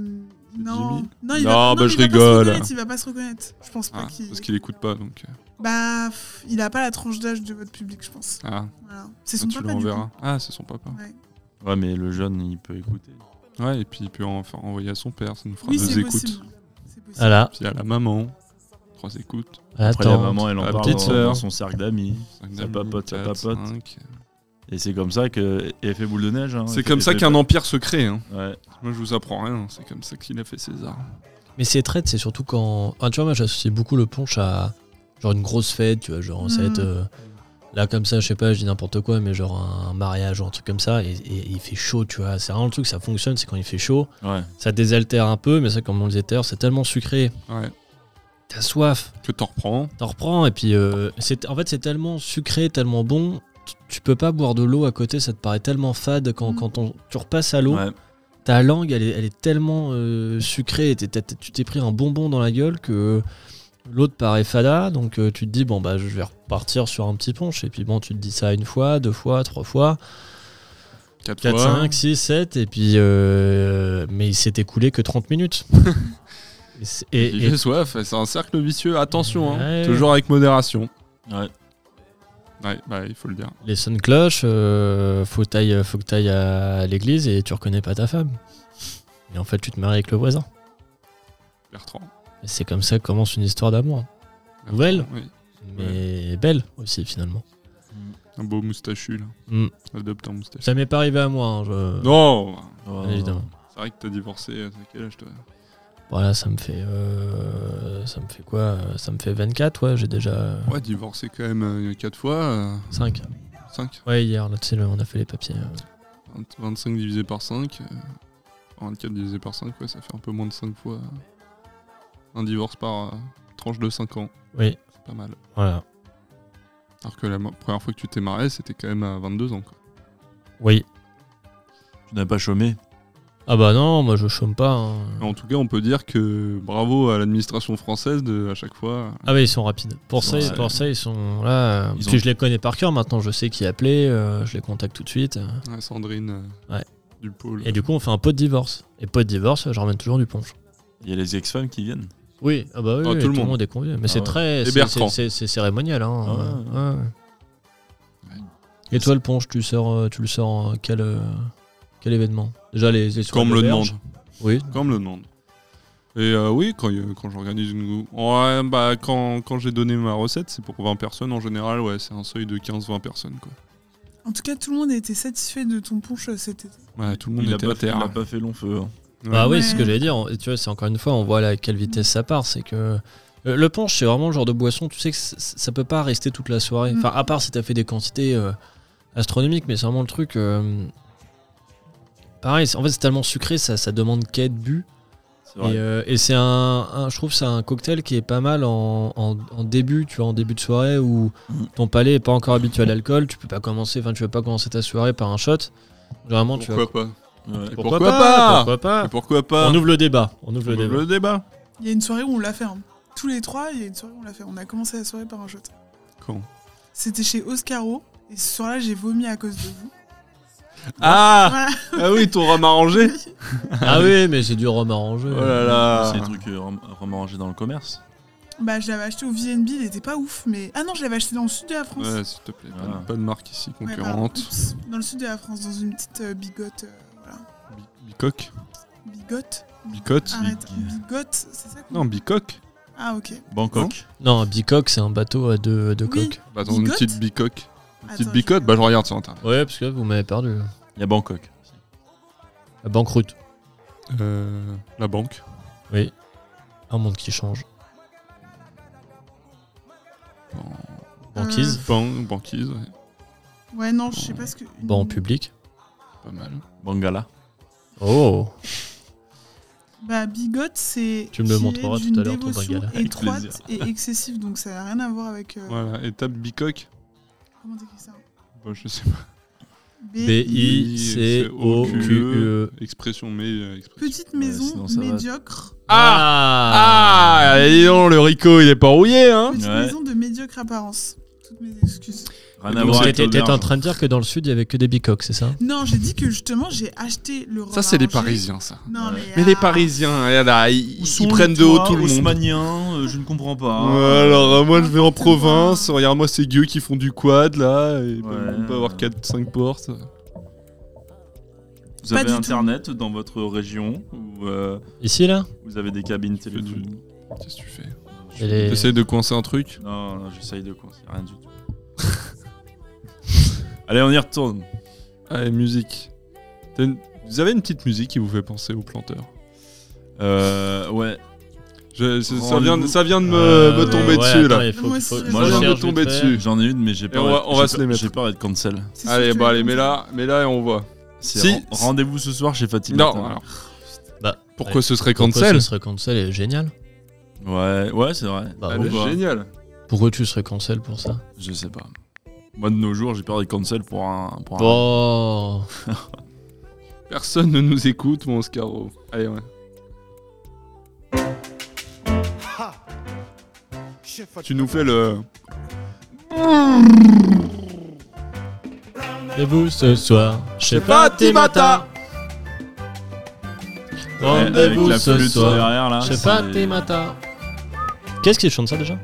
non.
Jimmy
non, il
Non,
va,
bah,
mais
je
il va pas se
rigole.
reconnaître, Il va pas se reconnaître. Je pense pas
Ah,
qu'il.
parce qu'il écoute pas donc. euh,
Bah, pff, il a pas la tranche d'âge de votre public, je pense.
Ah,
Voilà. C'est son
tu
papa
le
du
renverras.
coup.
Ah, c'est son papa.
Ouais.
Ouais, mais le jeune, il peut écouter.
Ouais, et puis il peut en faire envoyer à son père, ça nous fera
Oui,
deux
c'est
écoutes.
possible. C'est possible.
Voilà,
Puis à la maman, trois écoutes.
Après,
attends.
la maman, elle en
La
parle
petite
dans-
sœur.
dans son cercle d'amis.
cinq
Ça
amis,
papote, ça
quatre,
papote.
cinq.
Et c'est comme ça que et fait boule de neige. hein.
C'est
Effet-
comme ça
effet-
qu'un empire se crée. hein.
Ouais.
Moi, je vous apprends rien, c'est comme ça qu'il a fait César.
Mais ces traites, c'est surtout quand. Ah, tu vois, moi j'associe beaucoup le punch à genre une grosse fête, tu vois, genre ça va être.
Mhm.
euh, Là, comme ça, je sais pas, je dis n'importe quoi, mais genre un mariage ou un truc comme ça, et, et- et il fait chaud, tu vois. C'est vraiment le truc, ça fonctionne, c'est quand il fait chaud.
Ouais.
Ça désaltère un peu, mais ça, comme on le disait tout à l'heure, c'est tellement sucré.
Ouais.
T'as soif,
Que t'en reprends.
t'en reprends, et puis euh, c'est- en fait, c'est tellement sucré, tellement bon, tu- tu peux pas boire de l'eau à côté, ça te paraît tellement fade quand,
Mhm.
quand on, tu repasses à l'eau.
Ouais.
Ta langue, elle est, elle est tellement euh, sucrée, et t'es- t'as- tu t'es pris un bonbon dans la gueule que euh, l'autre paraît fada, donc euh, tu te dis, bon, bah, je vais repartir sur un petit punch. Et puis, bon, tu te dis ça une fois, deux fois, trois fois,
Quatre,
4,
fois.
5, 6, 7, et puis. euh, mais il s'est écoulé que 30 minutes. Et c'est-
Et,
et, et-
J'ai soif, c'est un cercle vicieux, attention, hein.
Ouais.
toujours avec modération.
Ouais.
Ouais, bah, il faut le dire.
les sons de cloche, euh, faut, que t'ailles- faut que t'ailles à l'église et tu reconnais pas ta femme. Et en fait, tu te maries avec le voisin.
Bertrand.
Et C'est comme ça que commence une histoire d'amour.
Bertrand,
Nouvelle,
oui.
mais belle aussi, finalement.
Un beau moustachu, là.
Mm.
Adopte un moustachu.
Ça m'est pas arrivé à moi, hein, je-
Non
Oh,
bien évidemment.
C'est vrai que t'as divorcé, euh, t'as quel âge, toi
Voilà, ça me fait, euh, ça me fait quoi euh, Ça me fait 24, ouais, j'ai déjà
Ouais, divorcé quand même euh, quatre fois,
5.
5.
Ouais, hier, là, tu sais, le- on a fait les papiers. euh.
20 25 divisé par 5. 24 divisé par 5, ouais, ça fait un peu moins de 5 fois euh, un divorce par euh, tranche de 5 ans.
Oui,
C'est pas mal.
voilà.
Alors que la mo- première fois que tu t'es marié, c'était quand même à 22 ans. quoi.
Oui.
Tu n'as pas chômé.
Ah bah non, moi je chôme pas. hein.
En tout cas, on peut dire que bravo à l'administration française de à chaque fois.
Ah ouais, ils sont rapides. Pour, ça,
Ouais.
ils- pour ça, ils sont là. euh,
Ils
parce
ont-
que je les connais par cœur maintenant, je sais qui appeler, euh, je les contacte tout de suite.
Ouais, Sandrine euh,
Ouais.
du pôle.
Et du coup, on fait un pot de divorce. Et pot de divorce, je ramène toujours du punch.
Il y a les ex-femmes qui viennent.
Oui, ah bah oui,
Ah,
oui,
tout le
tout, le
monde.
monde est convié. Mais c'est
ouais.
très.
Et
c'est-
Bertrand.
c'est- C'est c'est cérémonial. Hein.
Ah,
ouais.
ouais.
Et toi, le punch, tu, sors, euh, tu le sors en quel, euh, quel événement Déjà, les, les
Quand
soirées
on me le demande.
d'auberge. Oui,
Quand on me le demande. Et euh, oui, quand, il y a- quand j'organise une gou- Ouais, bah quand, quand j'ai donné ma recette, c'est pour 20 personnes en général, ouais, c'est un seuil de 15-20 personnes quoi.
En tout cas, tout le monde a été satisfait de ton punch euh, cet été.
Ouais, tout le monde
Il n'a
était
pas,
à
fait- il
terre.
a pas fait long feu. hein.
Bah oui, c'est ce
Ouais.
que j'allais dire. Et tu vois, c'est encore une fois, on voit là à quelle vitesse ça part. C'est que Euh, le punch, c'est vraiment le genre de boisson. Tu sais que c- ça peut pas rester toute la soirée. Enfin, à part si t'as fait des quantités euh, astronomiques, mais c'est vraiment le truc. euh, Pareil, c'est- en fait, c'est tellement sucré, ça, ça demande qu'à de bu.
C'est
Et,
vrai.
euh, et c'est un, un- je trouve, que c'est un cocktail qui est pas mal en, en- en début, tu vois, en début de soirée où
Mm.
ton palais est pas encore habitué à l'alcool. Tu peux pas commencer, enfin, tu vas pas commencer ta soirée par un shot. Généralement, tu vas.
Pourquoi pas
Ouais.
euh,
Et pourquoi pas
Pourquoi pas
Et pourquoi pas
on ouvre le débat. On ouvre
Euh, On
le
ouvre
débat.
le débat.
Il y a une soirée où on l'a fait. hein. Tous les trois, il y a une soirée où on l'a fait. On a commencé la soirée par un shot.
Quand
C'était chez Oscaro. Et ce soir-là, j'ai vomi à cause de vous.
Ah
Voilà.
Ah oui, ton rhum arrangé
Ah oui, mais c'est du rhum arrangé.
Oh là là
C'est des trucs euh, rem- remangés dans le commerce.
Bah, je l'avais acheté au VNB. Il était pas ouf. Mais. Ah non, je l'avais acheté dans le sud de la France.
Ouais, s'il te plaît, pas, de-
Ah.
pas de marque ici
Ouais, pardon.
concurrente.
Oups. Dans le sud de la France, dans une petite euh, bigote. euh, voilà.
Bi- bicoque
Bigote
Bicote
Arrête.
Big-
Bigote, c'est ça qu'on
Non, bicoque
Ah, ok.
Bangkok.
Non, un bicoque, c'est un bateau à deux, deux
Oui.
coques.
Bah, dans une
Bicote
petite bicoque. Une petite
Attends,
bicote
je-
Bah, je regarde sur internet.
Ouais, parce que là, vous m'avez perdu.
Il y a Bangkok.
La banqueroute.
Euh, la banque.
Oui. Un monde qui change.
Ban-
Banquise.
ban- banquise, ouais,
Ouais, non, je sais pas ce que.
Banc public.
pas mal.
Bangala.
Oh
Bah, bigote, c'est.
Tu me le
tiré
montreras tout à
d'une
l'heure, ton
dévotion
bengala.
Avec
étroite et excessive, donc ça n'a rien à voir avec. euh,
Voilà, étape bicoque
Comment t'écris ça hein.
Bah, Je sais pas.
B-I-C-O-Q-E.
E. Expression, mais. euh, expression.
Petite
Ouais,
maison
sinon ça va.
médiocre.
Ah
allez donc, le Rico, il est pas rouillé, hein
Petite
Ouais.
maison de médiocre apparence. Toutes mes excuses.
Rien
Et
à
donc,
voir
Donc,
avec
t'étais t'étais
l'auberge.
en train de dire que dans le sud, il y avait que des bicoques, c'est ça
Non, j'ai dit que justement, j'ai acheté le
Ça,
Romain
c'est les
Angers.
Parisiens, ça.
Non,
Ouais.
mais.
Mais les
ah,
Parisiens, regarde là, ils,
Où
ils
sont les
prennent de haut
toits
tout le monde.
haussmanniens, euh, je ne comprends
Ah,
pas.
Ouais, Alors euh, moi je vais en
N'importe quoi.
province, regarde-moi ces gueux qui font du quad là, et bah,
Ouais.
on peut avoir 4-5 portes.
Vous
Pas
avez
du
internet dans votre région ou euh,
Ici, là
vous avez des cabines Euh,
fais du-
téléphoniques
Qu'est-ce que tu fais
Et les-
T'essayes de coincer un truc
Non, non, j'essaye de quoi, c'est rien du tout. *laughs* Allez, on y retourne.
Allez, musique. T'as une- Vous avez une petite musique qui vous fait penser au planteur
Euh, ouais.
Je- c'est- ça,
Rendez-vous.
vient, ça vient de me, me
Euh,
tomber
ouais,
dessus
attends,
là.
il faut-
Moi
faut-
aussi,
faut
moi,
que
je viens de
cherche
tomber
vite fait.
dessus.
J'en ai une, mais j'ai
on
peur.
va-
d'être-
on va
j'ai
se
peur-
les mettre.
J'ai peur d'être cancel.
c'est sûr
Allez,
que
bah
je
allez,
vais
mets-la, mets-la et on voit.
C'est
Si-
ren- rendez-vous ce soir chez Fatima.
Non,
Attends.
alors,
Bah,
pourquoi
ouais.
ce serait
Pourquoi
cancel
ce serait cancel est génial.
Ouais, ouais, c'est vrai.
Bah,
Elle est
pourquoi
géniale.
Pourquoi tu serais cancel pour ça
Je sais pas. Moi, de nos jours, j'ai peur d'être cancel pour un. Pour un-
Oh
Personne ne nous écoute, mon Oscaro. Allez, ouais. Tu nous fais le.
Et vous ce soir chez
Fatimata.
Ouais, avec
Rendez-vous
la
ce
flûte
soir
derrière là.
chez
c'est-
Fatimata Qu'est-ce qui chante ça déjà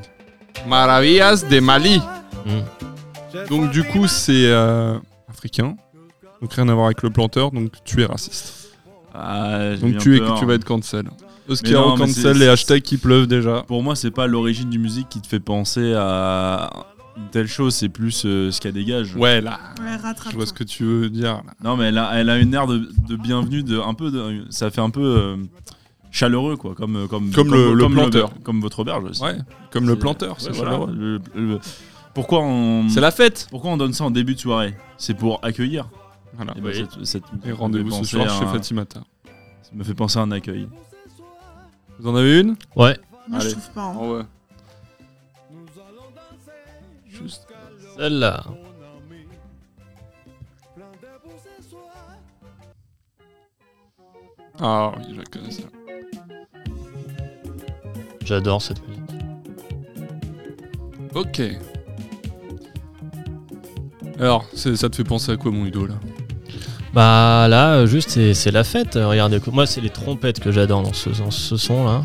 Maravillas de Mali.
Hmm.
Donc, du coup, c'est euh, africain. Donc, rien à voir avec le planteur. Donc, tu es raciste.
Ah, j'ai
Donc,
bien
tu, es,
peur.
tu vas être cancel.
Mais
Oscaro
non, mais c'est-
cancel, les hashtags qui pleuvent déjà.
Pour moi, c'est pas l'origine du musique qui te fait penser à une telle chose, c'est plus euh, ce qu'elle dégage.
Ouais, là.
entendre. Ouais, rattrape.
Je vois ce que tu veux dire. là.
Non, mais elle a, elle a une aire de, de bienvenue, de, un peu de, ça fait un peu euh, chaleureux, quoi, comme, euh, comme,
Comme le- le planteur.
comme votre auberge aussi.
Ouais, comme le
C'est-
planteur, c'est
Ouais, voilà. Hmm.
chaleureux.
Le- le- pourquoi, on,
C'est la fête.
pourquoi on donne ça en début de soirée C'est pour accueillir.
Voilà.
Et, bah, cette- cette-
Ah, Et rendez-vous
me
ce
fait
soir
penser
chez
à un-
Fatimata.
Ça me fait penser à un accueil.
Vous en avez une
Ouais.
Moi,
Allez.
je trouve pas. hein.
Ah ouais.
Juste celle-là.
Ah oui, je la connais ça.
J'adore cette musique.
Ok. Alors, c'est- ça te fait penser à quoi, mon Udo, là
Bah là, euh, juste, c'est c'est la fête. euh, Regardez, moi, c'est les trompettes que j'adore dans ce, dans ce son-là.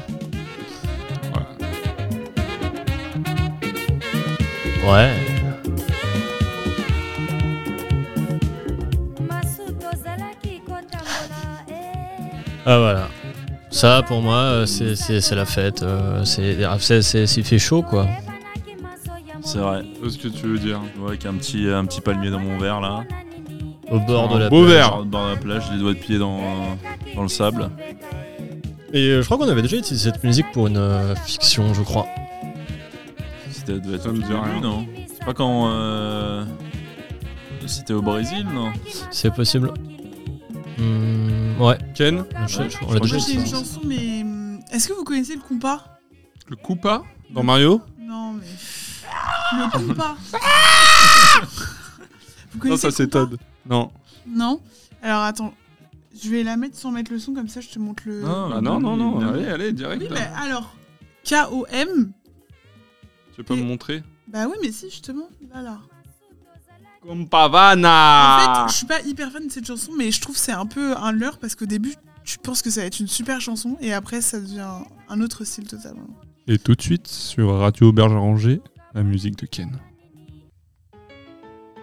Voilà.
Ouais. Ah voilà. Ça, pour moi, euh, c'est- c'est c'est la fête. euh, C'est ah, c'est- c'est- c'est- il fait chaud, quoi.
C'est vrai.
Je vois ce que tu veux dire.
Ouais, avec un petit, un petit palmier dans mon verre là.
Au bord de
Un
la
beau
plage.
verre.
Sur le bord de la plage, les doigts de pied dans, dans le sable.
Et euh, je crois qu'on avait déjà utilisé cette musique pour une euh, fiction, je crois.
C'était doit être
Ça me
au
dit
début,
rien.
Ah non C'est pas quand. euh, C'était au Brésil, non
C'est possible. Hmm, ouais.
Ken,
Je- je- on l'a
crois
Moi,
déjà
que
j'ai
hein.
utilisé.
une chanson, mais hum, est-ce que vous connaissez le compas
le Koopa dans Mario
Non, mais le
*laughs*
compas. vous connaissez
Non, ça
le
c'est
compas
Todd. Non.
Non. Alors attends, je vais la mettre sans mettre le son comme ça, je te montre le.
Ah non, non, non.
non.
Allez, allez, direct. hein.
Oui,
là.
mais alors K-O-M.
Tu peux me montrer
Bah oui, mais si justement, là là.
Compavana
En fait, je suis pas hyper fan de cette chanson, mais je trouve que c'est un peu un leurre parce qu'au début, tu penses que ça va être une super chanson et après, ça devient un autre style totalement.
Et tout de suite, sur Radio Bergeranger, la musique de Ken.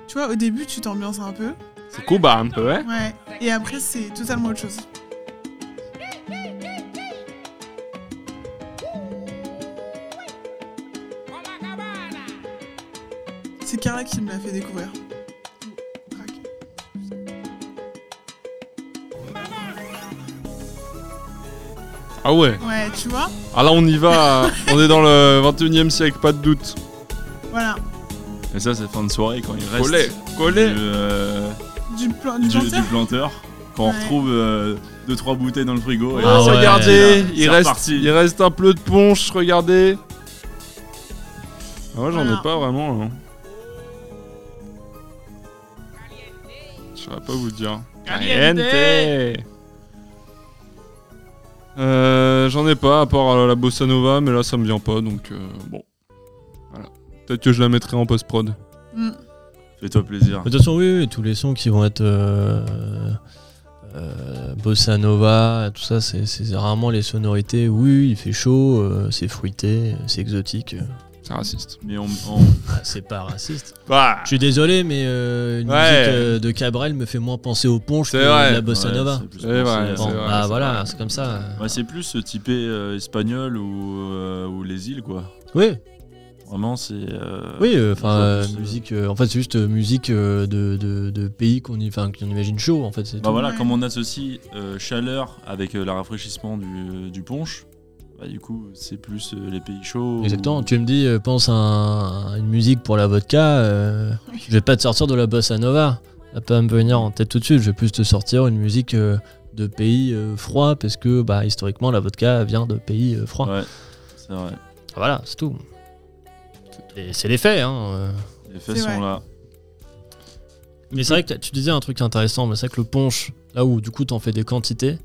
Tu vois, au début, tu t'ambiances un peu,
C'est Koopa un peu, hein
ouais, et après, c'est totalement autre chose. C'est Carla qui me l'a fait découvrir. Crac.
Ah ouais.
Ouais, tu vois,
Ah là, on y va. on est dans le 21 e siècle, pas de doute.
voilà,
Et ça, c'est fin de soirée quand il reste.
Collet,
du,
collet.
euh,
du plan,
du,
du
du
planteur.
planteur. Quand
Ouais.
on retrouve 2-3 bouteilles dans le frigo. et
Ah ouais.
regardez, il
c'est
reste,
reparti.
il reste un peu de punch, regardez. Ah ouais, j'en
Voilà.
ai pas vraiment. hein. là. Je saurais pas vous dire. Caliente Euh, J'en ai pas, à part euh, la bossa nova, mais là ça me vient pas, donc euh, bon. Voilà. Peut-être que je la mettrai en post-prod.
Mm.
Fais-toi plaisir.
De toute façon, oui, oui, tous les sons qui vont être euh, euh, bossa nova, tout ça, c'est c'est rarement les sonorités. Oui, il fait chaud, euh, c'est fruité, c'est exotique. euh.
C'est raciste.
Mais on, on-
Ah, c'est pas raciste.
Bah,
Je suis désolé, mais euh, une
Ouais.
musique euh, de Cabrel me fait moins penser au punch que
C'est vrai.
la bossa
ouais,
nova.
c'est plus
C'est vrai,
pensé,
Bon,
c'est
euh,
vrai,
bah
c'est
voilà,
vrai.
c'est comme ça.
ouais, c'est plus ce typé euh, espagnol ou, euh, ou les îles, quoi.
Oui,
Vraiment, c'est. euh,
oui, enfin,
ça,
euh,
c'est-
musique. euh, en fait, c'est juste euh, musique euh, de, de, de pays qu'on y- enfin, qu'on imagine chaud, en fait. c'est
Bah
tout.
voilà,
Ouais.
comme on associe euh, chaleur avec euh, le rafraîchissement du, du punch, bah, du coup, c'est plus euh, les pays chauds.
Exactement. Tu me dis, euh, pense à, un- à une musique pour la vodka. euh, je vais pas te sortir de la bossa nova. Ça peut me venir en tête tout de suite. Je vais plus te sortir une musique euh, de pays euh, froid parce que, bah, historiquement, la vodka vient de pays euh, froids.
Ouais, c'est vrai.
Voilà, c'est tout. Et c'est les faits. Hein. euh.
Les faits
C'est
sont
vrai.
là.
Mais c'est vrai que t'as- tu disais un truc intéressant, mais c'est vrai que le punch, là où du coup t'en fais des quantités,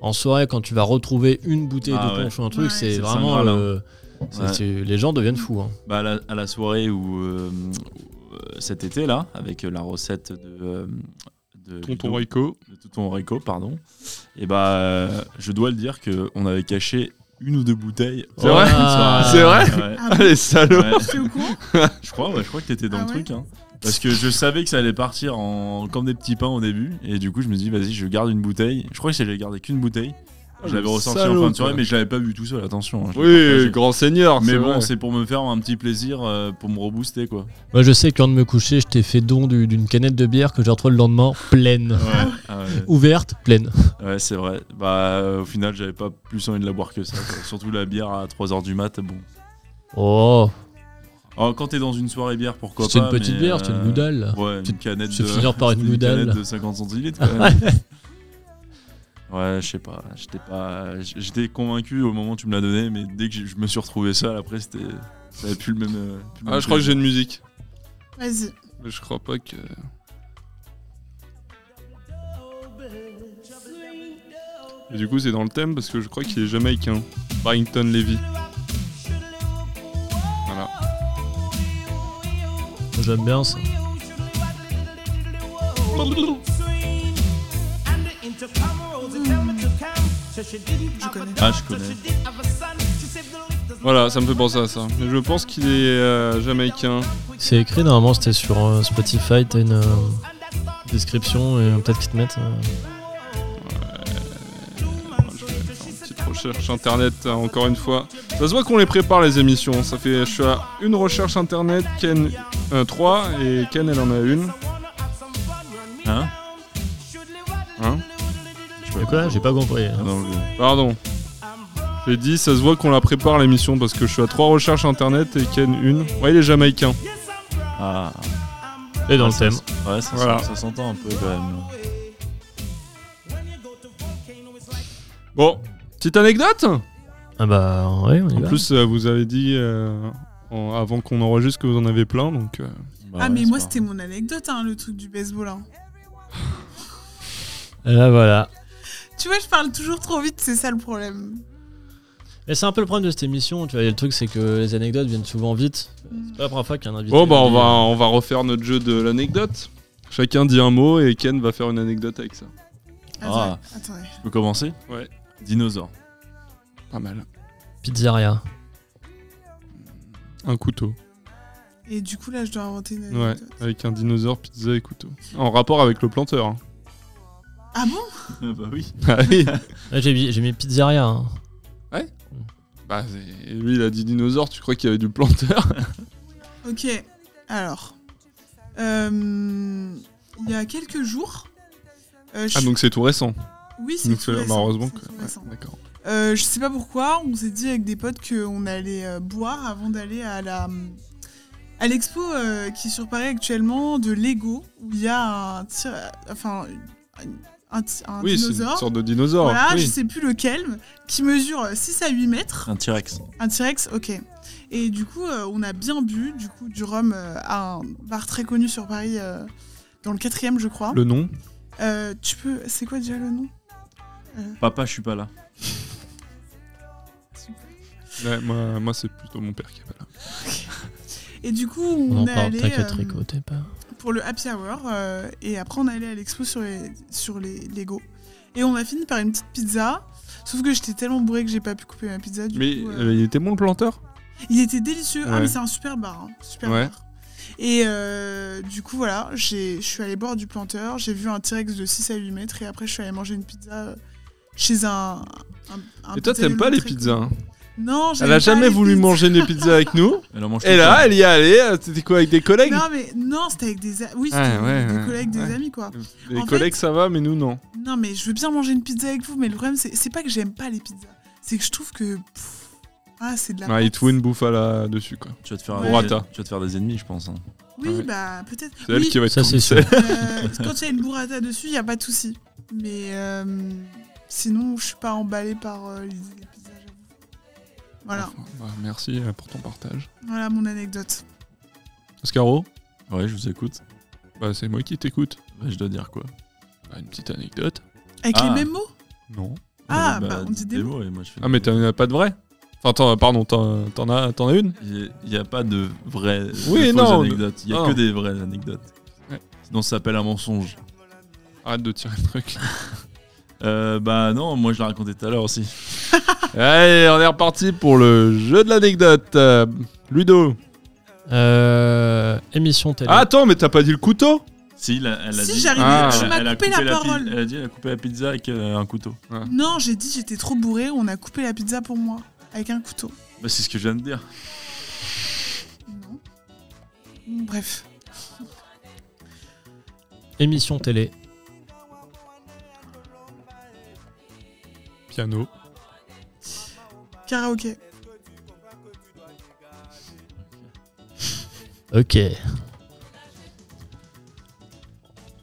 en soirée quand tu vas retrouver une bouteille
Ah
de
ouais.
punch ou un truc,
Ouais.
c'est
C'est
vraiment
cinq grammes,
le- c'est-
Ouais.
c'est- les gens deviennent fous. hein.
Bah, à, la, à la soirée ou euh, euh, cet été là, avec euh, la recette de, euh, de
tonton
Ludo-
Rico. *laughs*
de Tonton Rico, pardon. Et bah, euh, je dois le dire que on avait caché une ou deux bouteilles.
C'est vrai
Ah.
C'est vrai
Ouais.
Ah,
Allez, salaud
Ouais.
t'es au courant
Je crois, ouais, je crois que t'étais dans
Ah
le
ouais
truc. hein. Parce que je savais que ça allait partir en... comme des petits pains au début. Et du coup, je me dis, vas-y, je garde une bouteille. Je crois que j'avais gardé qu'une bouteille.
Ah,
Je l'avais
le
ressorti en
salaud,
fin de soirée,
quoi.
mais je l'avais pas bu tout seul, attention. hein, je l'ai
Oui,
partagé.
grand seigneur
Mais
c'est
bon,
vrai.
c'est pour me faire un petit plaisir, euh, pour me rebooster, quoi.
Moi, je sais qu'en de me coucher, je t'ai fait don du- d'une canette de bière que j'ai retrouvée le lendemain pleine.
Ouais, ah ouais.
Ouverte, pleine.
Ouais, c'est vrai. Bah, euh, au final, j'avais pas plus envie de la boire que ça. quoi. Surtout la bière à 3h du mat, bon.
Oh,
Alors, quand t'es dans une soirée bière, pourquoi
C'était
pas
une petite
mais,
bière, c'était une
euh,
goudale.
Ouais, une
Petite-
canette
se
de.
finir par
*laughs*
une goudale.
canette de 50 centilitres, quand même. Ouais, je sais pas. J'étais pas. J'étais convaincu au moment où tu me l'as donné, mais dès que je je me suis retrouvé ça, après, c'était. Ça avait plus le même. euh, plus le
Ah,
même
je crois que j'ai
plaisir.
une musique.
Vas-y.
Mais je crois pas que. Et du coup, c'est dans le thème parce que je crois qu'il est jamaïcain. Barrington Levy. Voilà.
J'aime bien ça.
Je connais.
Ah, je connais.
Voilà, ça me fait penser à ça. Mais je pense qu'il est euh, jamaïcain.
C'est écrit normalement, c'était sur euh, Spotify, t'as une euh, description et euh, peut-être qu'ils te mettent. euh,
Une petite recherche internet, hein, encore une fois. Ça se voit qu'on les prépare, les émissions. Ça fait. Je suis à une recherche internet, Ken. euh, trois, et Ken, elle en a une.
Hein
Hein
de quoi J'ai pas compris.
Ah non, je-
Pardon. J'ai dit, ça se voit qu'on la prépare l'émission parce que je suis à trois recherches internet et Ken une. Ouais, il est jamaïcain.
Ah.
Et dans
Ah,
le
ça
thème.
s- Ouais, ça,
Voilà.
ça- ça s'entend un peu quand même. Bah
Ah,
Bon, petite anecdote.
Ah bah ouais, on y
En
va.
plus, euh, vous avez dit euh, en- avant qu'on enregistre que vous en avez plein, donc euh,
Bah
Ah,
ouais,
mais
c'est
moi,
pas-
c'était mon anecdote, hein, le truc du baseball. hein.
Et là, voilà.
Tu vois, je parle toujours trop vite, c'est ça le problème.
Et c'est un peu le problème de cette émission, tu vois. et le truc, c'est que les anecdotes viennent souvent vite. C'est pas la première fois qu'un invité.
Bon, bah, on va, on va refaire notre jeu de l'anecdote. Chacun dit un mot et Ken va faire une anecdote avec ça.
Ah.
Attendez, attendez.
Je peux commencer
Ouais.
*laughs*
Dinosaure.
Pas mal.
Pizzeria.
Un couteau.
Et du coup, là, je dois inventer une
Ouais,
anecdote.
avec un dinosaure, pizza et couteau. En rapport avec le planteur. hein.
Ah bon
Ah bah oui.
Ah oui
Ouais, J'ai mis- j'ai mis pizzeria. hein.
Bah, c'est- lui, il a dit dinosaure, tu crois qu'il y avait du planteur
Ok, alors. Euh, il y a quelques jours. euh, je
Ah,
suis-
donc c'est tout récent.
Oui, c'est
Donc
tout
c'est-
récent,
bah, heureusement
c'est
que.
tout
ouais,
récent.
D'accord.
Euh, je sais pas pourquoi, on s'est dit avec des potes qu'on allait euh, boire avant d'aller à la à l'expo euh, qui est sur Paris actuellement de Lego où il y a un tir- enfin un, un- un
Oui, c'est une
dinosaure.
sorte de dinosaure.
Voilà,
oui.
je sais plus lequel, qui mesure 6 à 8 mètres.
Un T-Rex.
Un T-Rex, ok. Et du coup, euh, on a bien bu du coup du rhum euh, à un bar très connu sur Paris, euh, dans le quatrième, je crois.
Le nom
Euh, tu peux, c'est quoi déjà le nom
Papa, je suis pas là.
Ouais, Moi, moi, c'est plutôt mon père qui est pas là.
Et du coup,
On
on,
en
est
parle,
allé,
t'inquiète,
euh,
Rico, t'es pas.
pour le happy hour euh, et après on allait à l'expo sur les sur les Lego et on a fini par une petite pizza sauf que j'étais tellement bourré que j'ai pas pu couper ma pizza du
Mais
coup euh,
euh, il était bon le planteur
il était délicieux ah
Ouais.
mais c'est un super bar hein, super
Ouais.
bar et euh, du coup voilà j'ai je suis allée boire du planteur j'ai vu un T-Rex de 6 à 8 mètres et après je suis allée manger une pizza euh, chez un, un- un
Et toi, t'aimes
pizzaïolo
pas les
très
pizzas
connu.
hein
non j'aime
Elle a
pas
jamais
les
voulu
pizzas.
manger des pizzas avec nous.
Elle en mange tout
Et
le temps.
là, *laughs* elle y est allée. euh, C'était quoi avec des collègues
non mais non c'était avec des a- oui c'était
Ouais,
avec
ouais,
des
ouais,
collègues
ouais.
des amis quoi
Les
En
collègues, ça va, mais nous, non.
Non, mais je veux bien manger une pizza avec vous, mais le problème, c'est c'est pas que j'aime pas les pizzas. C'est que je trouve que. pff, ah, c'est de la.
Ouais, il
pâte.
te fout une bouffe à la dessus, quoi.
Tu vas te faire,
Ouais.
des...
Burrata.
tu vas te faire des ennemis, je pense. hein.
Oui,
Ouais.
bah, peut-être.
C'est elle
Oui,
qui va être
Ça, c'est sûr.
coupée.
euh, quand il y a une burrata dessus, il n'y a pas de souci. Mais euh, sinon, je suis pas emballée par euh, les les pizzas, j'avoue. Voilà,
Enfin, *laughs* bah, merci euh, pour ton partage.
voilà mon anecdote.
Oscaro
Ouais, je vous écoute.
Bah, c'est moi qui t'écoute.
Ouais, je dois dire quoi
Bah, une petite anecdote.
Avec
Ah.
les mêmes mots
Non.
Ah,
Ouais,
bah, on dit des mots.
et moi, je fais
Ah, mais t'en as pas de vrai Enfin, t'en- pardon, t'en t'en as, t'en as une
Il n'y a pas de vraies
Oui,
de fausses
non,
anecdotes. Il n'y a
non.
que des vraies anecdotes.
Ouais.
Sinon, ça s'appelle un mensonge.
Arrête de tirer le truc.
Euh, bah non, moi je l'ai raconté tout à l'heure aussi.
Allez, on est reparti pour le jeu de l'anecdote. Euh, Ludo.
Euh, émission télé.
Ah, attends, mais t'as pas dit le couteau
Si, elle a, elle a
Si,
dit.
j'arrivais,
Ah.
tu
elle a-
m'as
elle a
coupé la,
coupé pi-
parole.
Elle a dit elle a coupé la pizza avec euh, un couteau.
Non, j'ai dit j'étais trop bourrée, on a coupé la pizza pour moi. Avec un couteau.
Bah, c'est ce que je viens de dire.
Non. Bref.
Émission télé.
Piano.
Karaoké.
Ok.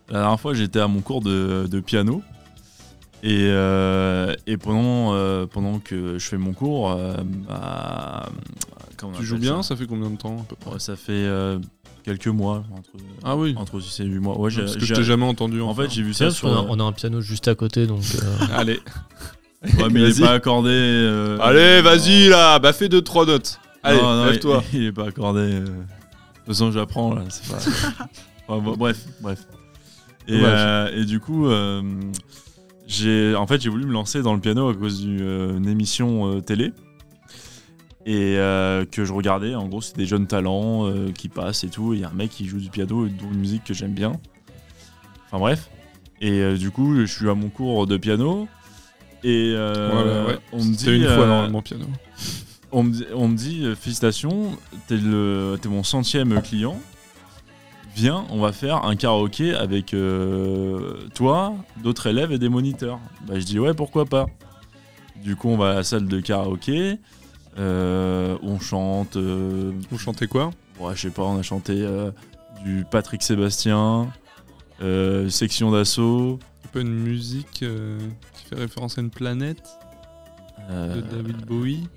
La dernière fois, j'étais à mon cours de, de piano. Et, euh, et pendant, euh, pendant que je fais mon cours, euh, ma- comment on
Tu joues
appelle ça
bien Ça fait combien de temps à peu près
Ouais, Ça fait euh, quelques mois, entre,
Ah oui.
entre 6 et 8 mois. Ouais, j'ai-
Parce que je
j'ai-
t'ai jamais entendu.
en
enfin.
fait, j'ai vu
C'est
ça
vrai, parce
sur.
qu'on a, on a un piano juste à côté, donc. euh,
Allez.
Ouais, mais il
Vas-y.
n'est pas accordé. euh,
Allez,
euh,
vas-y là, bah fais 2-3 notes. Allez,
Non, non,
lève-toi.
Il, il est pas accordé. euh. De toute façon, j'apprends là. C'est pas.
*laughs*
Ouais, bon, bref, bref. Et,
Dommage.
euh, et du coup, euh, j'ai en fait j'ai voulu me lancer dans le piano à cause d'une euh, une émission euh, télé et euh, que je regardais. En gros, c'est des jeunes talents euh, qui passent et tout. et Il y a un mec qui joue du piano, dont une musique que j'aime bien. Enfin bref. Et euh, du coup, je suis à mon cours de piano. Et euh,
Voilà, ouais.
on me
C'était une
dit
fois
euh,
normalement piano.
on me, dit- on me dit euh, félicitations, t'es le- t'es mon centième client. Viens, on va faire un karaoké avec euh, toi, d'autres élèves et des moniteurs. Bah, je dis ouais, pourquoi pas. Du coup, on va à la salle de karaoké. euh, on chante. euh,
Vous chantez quoi
ouais, je sais pas, on a chanté euh, du Patrick Sébastien, euh, section d'assaut.
Un peu une musique euh, qui fait référence à une planète
euh,
de David Bowie.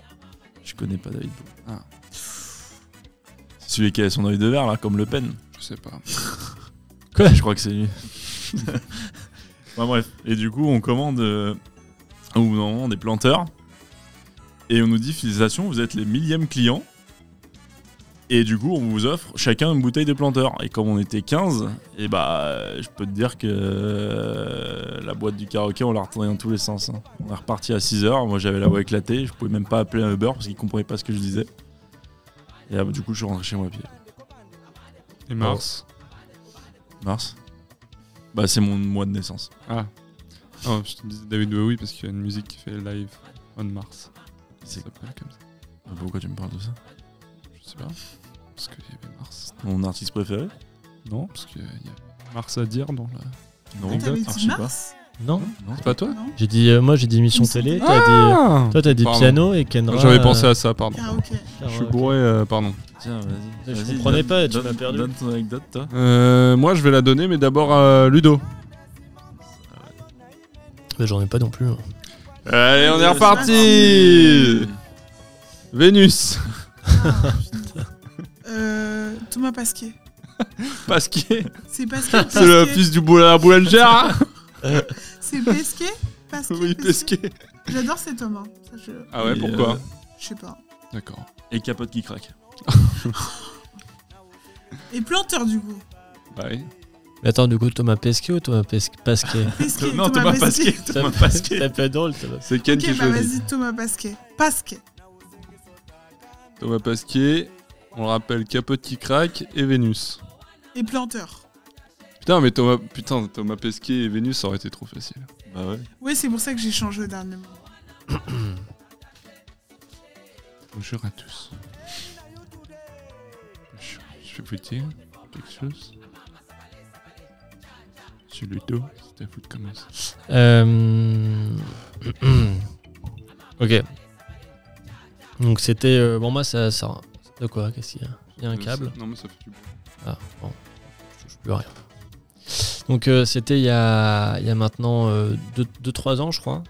je connais pas David Bowie.
Ah.
C'est celui qui a son œil de verre là, comme Le Pen.
Je sais pas.
Quoi
Je crois que c'est lui. *laughs* Enfin, bref. Et du coup, on commande euh, au bout d'un moment des planteurs. Et on nous dit félicitations, vous êtes les millièmes clients. Et du coup, on vous offre chacun une bouteille de planteur. Et comme on était 15, et bah, euh, je peux te dire que euh, la boîte du karaoké, on l'a retournée dans tous les sens. hein. On est reparti à 6h, moi j'avais la voix éclatée, je pouvais même pas appeler un Uber parce qu'ils comprenaient pas ce que je disais. Et euh, du coup, je suis rentré chez moi à pied.
Et Mars
Mars Bah, c'est mon mois de naissance.
Ah. Ah, je te disais David Bowie parce qu'il y a une musique qui fait live on Mars. Ça
C'est-
s'appelle comme ça.
Pourquoi tu me parles de ça
Je sais pas. Parce qu'il y avait Mars.
Mon artiste préféré
Non, parce qu'il y a Mars à dire dans la.
Non,
Ah, t'avais
Ah, je
dit
sais pas.
Mars
Non
Non.
C'est pas toi
Non
J'ai dit, euh, moi j'ai dit émission
Il me semble
télé,
que-
t'as dit, euh,
Ah
toi t'as dit
Pardon.
piano et Kendra. euh,
J'avais pensé à ça, pardon.
Karaoké.
Ah,
Je suis bourré, euh, pardon.
Tiens, vas-y.
Je
Vas-y,
comprenais
donne-
pas et tu
donne-
m'as perdu.
Donne ton anecdote, toi.
Euh, moi, je vais la donner, mais d'abord à Ludo.
J'en ai pas non plus. hein.
Allez, on
c'est
Euh,
est reparti Vénus
Ah, putain. Euh, Thomas Pasquier.
Pasquier
C'est
*laughs*
Pasquier.
C'est le
Pasquier
fils du boula- boulanger hein
C'est Pesquet Pasquier,
*laughs* Oui,
Pesquet.
Pesquet
J'adore cet homme. hein. Ça, je...
Ah ouais,
Et,
pourquoi
euh,
je sais pas.
D'accord.
Et capote qui craque.
Et planteur du coup.
Bah oui.
Mais attends, du coup, Thomas Pesquet ou Thomas Pes-
*laughs*
Pasquet
Pesquet,
non,
Thomas,
Thomas Pasquier.
Pesquet.
Thomas Pasquier.
Ça fait drôle, Thomas.
C'est Ken qui
Ok, bah
choisit.
vas-y, Thomas Pasquet. Pasquet.
Thomas Pasquier, on le rappelle, Capote qui craque et Vénus.
Et planteur.
Putain, mais Thomas, putain, Thomas Pesquet et Vénus, ça aurait été trop facile.
Bah ouais,
Ouais, c'est pour ça que j'ai changé au dernier
*laughs*
moment.
Bonjour à tous. Je, je vais vous dire quelque chose. Sur le dos, c'est à vous de commencer.
Euh... *clears throat* ok. Donc c'était. euh, Bon, moi ça. ça... De quoi Qu'est-ce qu'il y a Il y a un
Euh,
câble
ça- Non, mais ça fait du bruit.
Ah, bon. Je touche plus à rien. Donc, euh, c'était il, y a- il y a maintenant euh, 2-3 ans, je crois.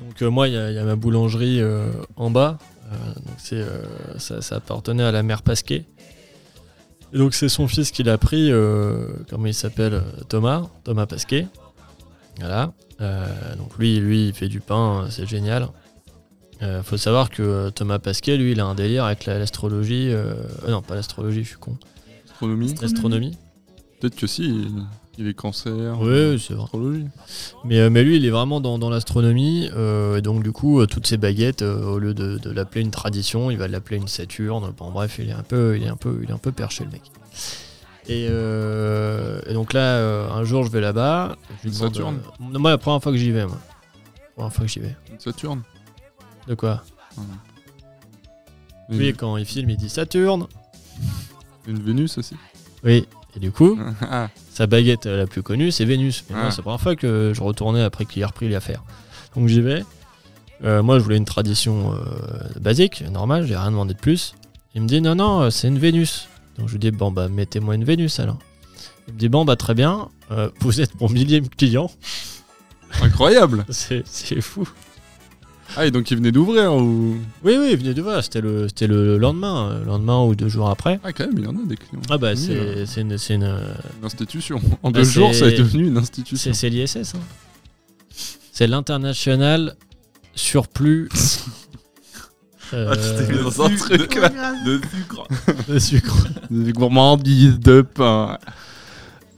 Donc, euh, moi, il y, a, il y a ma boulangerie euh, en bas. Euh, donc, c'est, euh, ça, ça appartenait à la mère Pasquet. Et donc, c'est son fils qui l'a pris, euh, comment il s'appelle euh, Thomas, Thomas Pasquet. Voilà. Euh, donc, lui, lui, il fait du pain, euh, c'est génial. Euh, faut savoir que euh, Thomas Pasquet, lui, il a un délire avec la- l'astrologie. euh, euh, non, pas l'astrologie, je suis con.
Astronomie
L'astronomie
Peut-être que si, il, il est cancer. euh,
Oui, c'est vrai.
Astrologie.
Mais, euh, mais lui, il est vraiment dans, dans l'astronomie. euh, et donc, du coup, euh, toutes ces baguettes, euh, au lieu de, de l'appeler une tradition, il va l'appeler une Saturne. Bon, bref, il est un peu, il est un peu, il est un peu perché, le mec. Et, euh, et donc là, euh, un jour, je vais là-bas. je lui demande,
Saturne
euh, Moi, la première fois que j'y vais, moi. La première fois que j'y vais.
Saturne.
De quoi
Une,
Lui, quand il filme, il dit Saturne.
une Vénus aussi. *laughs*
Oui. Et du coup,
ah,
Sa baguette euh, la plus connue, c'est Vénus. Mais moi,
Ah.
c'est la première fois que je retournais après qu'il ait repris l'affaire. Donc j'y vais. Euh, moi, je voulais une tradition euh, basique, normale, j'ai rien demandé de plus. Il me dit non, non, euh, c'est une Vénus. Donc je lui dis, bon, bah, mettez-moi une Vénus alors. Il me dit, bon, bah, très bien, euh, *laughs* vous êtes mon millième client. *laughs*
Incroyable
C'est c'est fou.
Ah, et donc il venait d'ouvrir ou.
Oui, oui, venez de voir, c'était le, c'était le lendemain, euh, le lendemain ou deux jours après.
Ah, quand même, il y en a des clients.
Ah, bah,
Oui, euh,
c'est c'est une. c'est une, euh,
Une institution. En
Bah,
deux
c'est-
jours, ça est devenu une
C'est
institution.
c'est l'ISS. hein. C'est l'international surplus.
*laughs*
euh,
Ah, tu t'es mis dans un
de-
truc là.
Ouais, grave.
De sucre.
de sucre.
Des gourmandises de pain.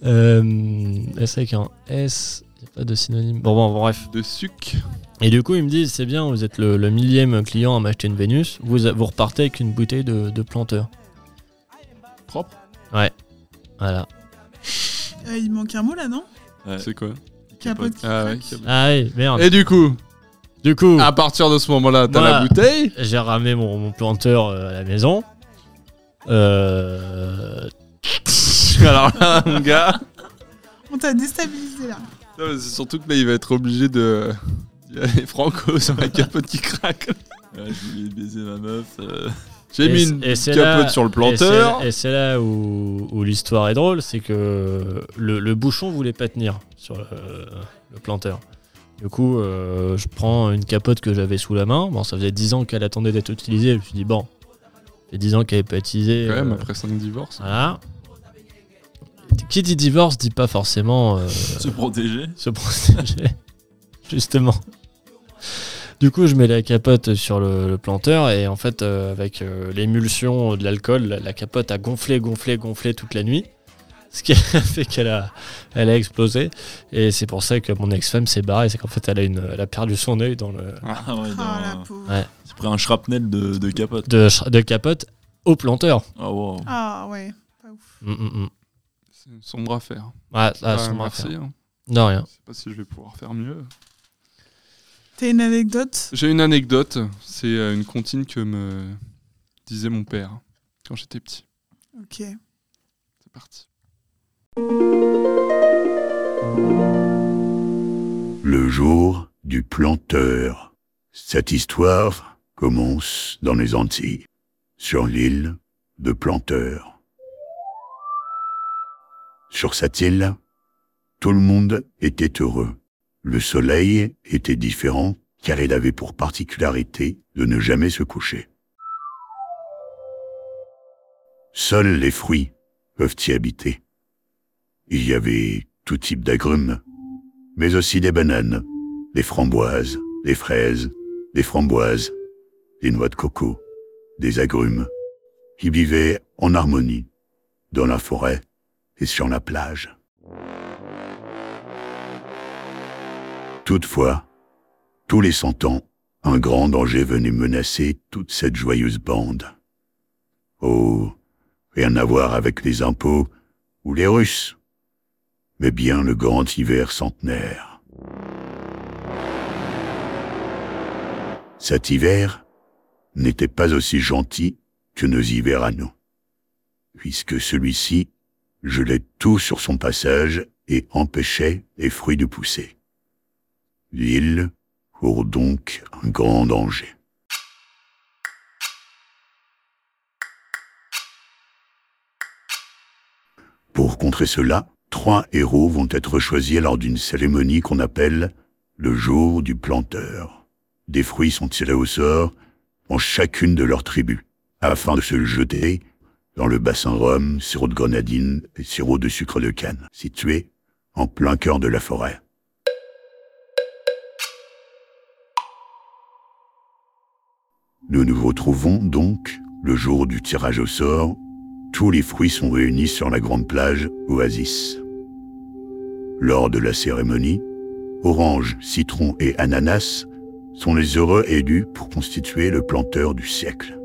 Euh, S avec un S, y a pas de synonyme. Bon, bon, bref.
De sucre.
Et du coup, ils me disent c'est bien, vous êtes le, le millième client à m'acheter une Vénus, vous, a- vous repartez avec une bouteille de, de planteur.
Propre.
Voilà.
Euh, il manque un mot là, non
C'est quoi
Capote qui
Ah ouais,
craque.
capote.
Ah oui, merde.
Et Ah. du coup,
Du coup,
à partir de ce moment-là, t'as
Voilà.
la bouteille
j'ai ramené mon, mon planteur euh, à la maison. Euh,
Alors là, mon gars.
On t'a déstabilisé là.
Non, mais C'est surtout que là, il va être obligé de. d'y aller Franco sur la capote qui craque.
Ouais, je voulais baiser ma meuf. euh.
J'ai
Et
mis
c-
une
et c'est
capote
là-
sur le
et
planteur.
c'est- Et c'est là où, où l'histoire est drôle, c'est que le, le bouchon voulait pas tenir sur le, le planteur. Du coup, euh, je prends une capote que j'avais sous la main. Bon, ça faisait 10 ans qu'elle attendait d'être utilisée. Je me suis dit, bon, ça fait 10 ans qu'elle n'est pas utilisée.
Quand même,
euh,
après 5 divorces.
voilà. Qui dit divorce dit pas forcément euh,
Se protéger.
se protéger. *laughs* Justement. Du coup, je mets la capote sur le, le planteur et en fait, euh, avec euh, l'émulsion de l'alcool, la, la capote a gonflé, gonflé, gonflé toute la nuit. Ce qui *laughs* a fait qu'elle a, elle a explosé. Et c'est pour ça que mon ex-femme s'est barrée. C'est qu'en fait, elle a, une, elle a perdu son œil dans le,
Ah ouais,
Ah la
dans-
pauvre.
Ouais.
J'ai pris un shrapnel de, de capote.
de, ch- de capote au planteur.
Ah wow.
Ah ouais. Pas ouf.
Mm, mm, mm.
C'est une sombre affaire.
Ouais, ah,
Ah,
son bras
merci.
faire.
hein.
De rien.
Je sais pas si je vais pouvoir faire mieux.
T'as une anecdote
J'ai une anecdote. C'est euh, une comptine que me disait mon père hein, quand j'étais petit.
Ok.
C'est parti.
Le jour du planteur. Cette histoire commence dans les Antilles, sur l'île de Planteur. Sur cette île, tout le monde était heureux. Le soleil était différent car il avait pour particularité de ne jamais se coucher. Seuls les fruits peuvent y habiter. Il y avait tout type d'agrumes, mais aussi des bananes, des framboises, des fraises, des framboises, des noix de coco, des agrumes, qui vivaient en harmonie dans la forêt et sur la plage. Toutefois, tous les cent ans, un grand danger venait menacer toute cette joyeuse bande. Oh, rien à voir avec les impôts ou les Russes mais bien le grand hiver centenaire. Cet hiver n'était pas aussi gentil que nos hivernaux, puisque celui-ci gelait tout sur son passage et empêchait les fruits de pousser. L'île court donc un grand danger. Pour contrer cela, trois héros vont être choisis lors d'une cérémonie qu'on appelle le jour du planteur. Des fruits sont tirés au sort en chacune de leurs tribus, afin de se jeter dans le bassin rhum, sirop de grenadine et sirop de sucre de canne, situé en plein cœur de la forêt. Nous nous retrouvons donc le jour du tirage au sort tous les fruits sont réunis sur la grande plage Oasis. Lors de la cérémonie, orange, citron et ananas sont les heureux élus pour constituer le planteur du siècle.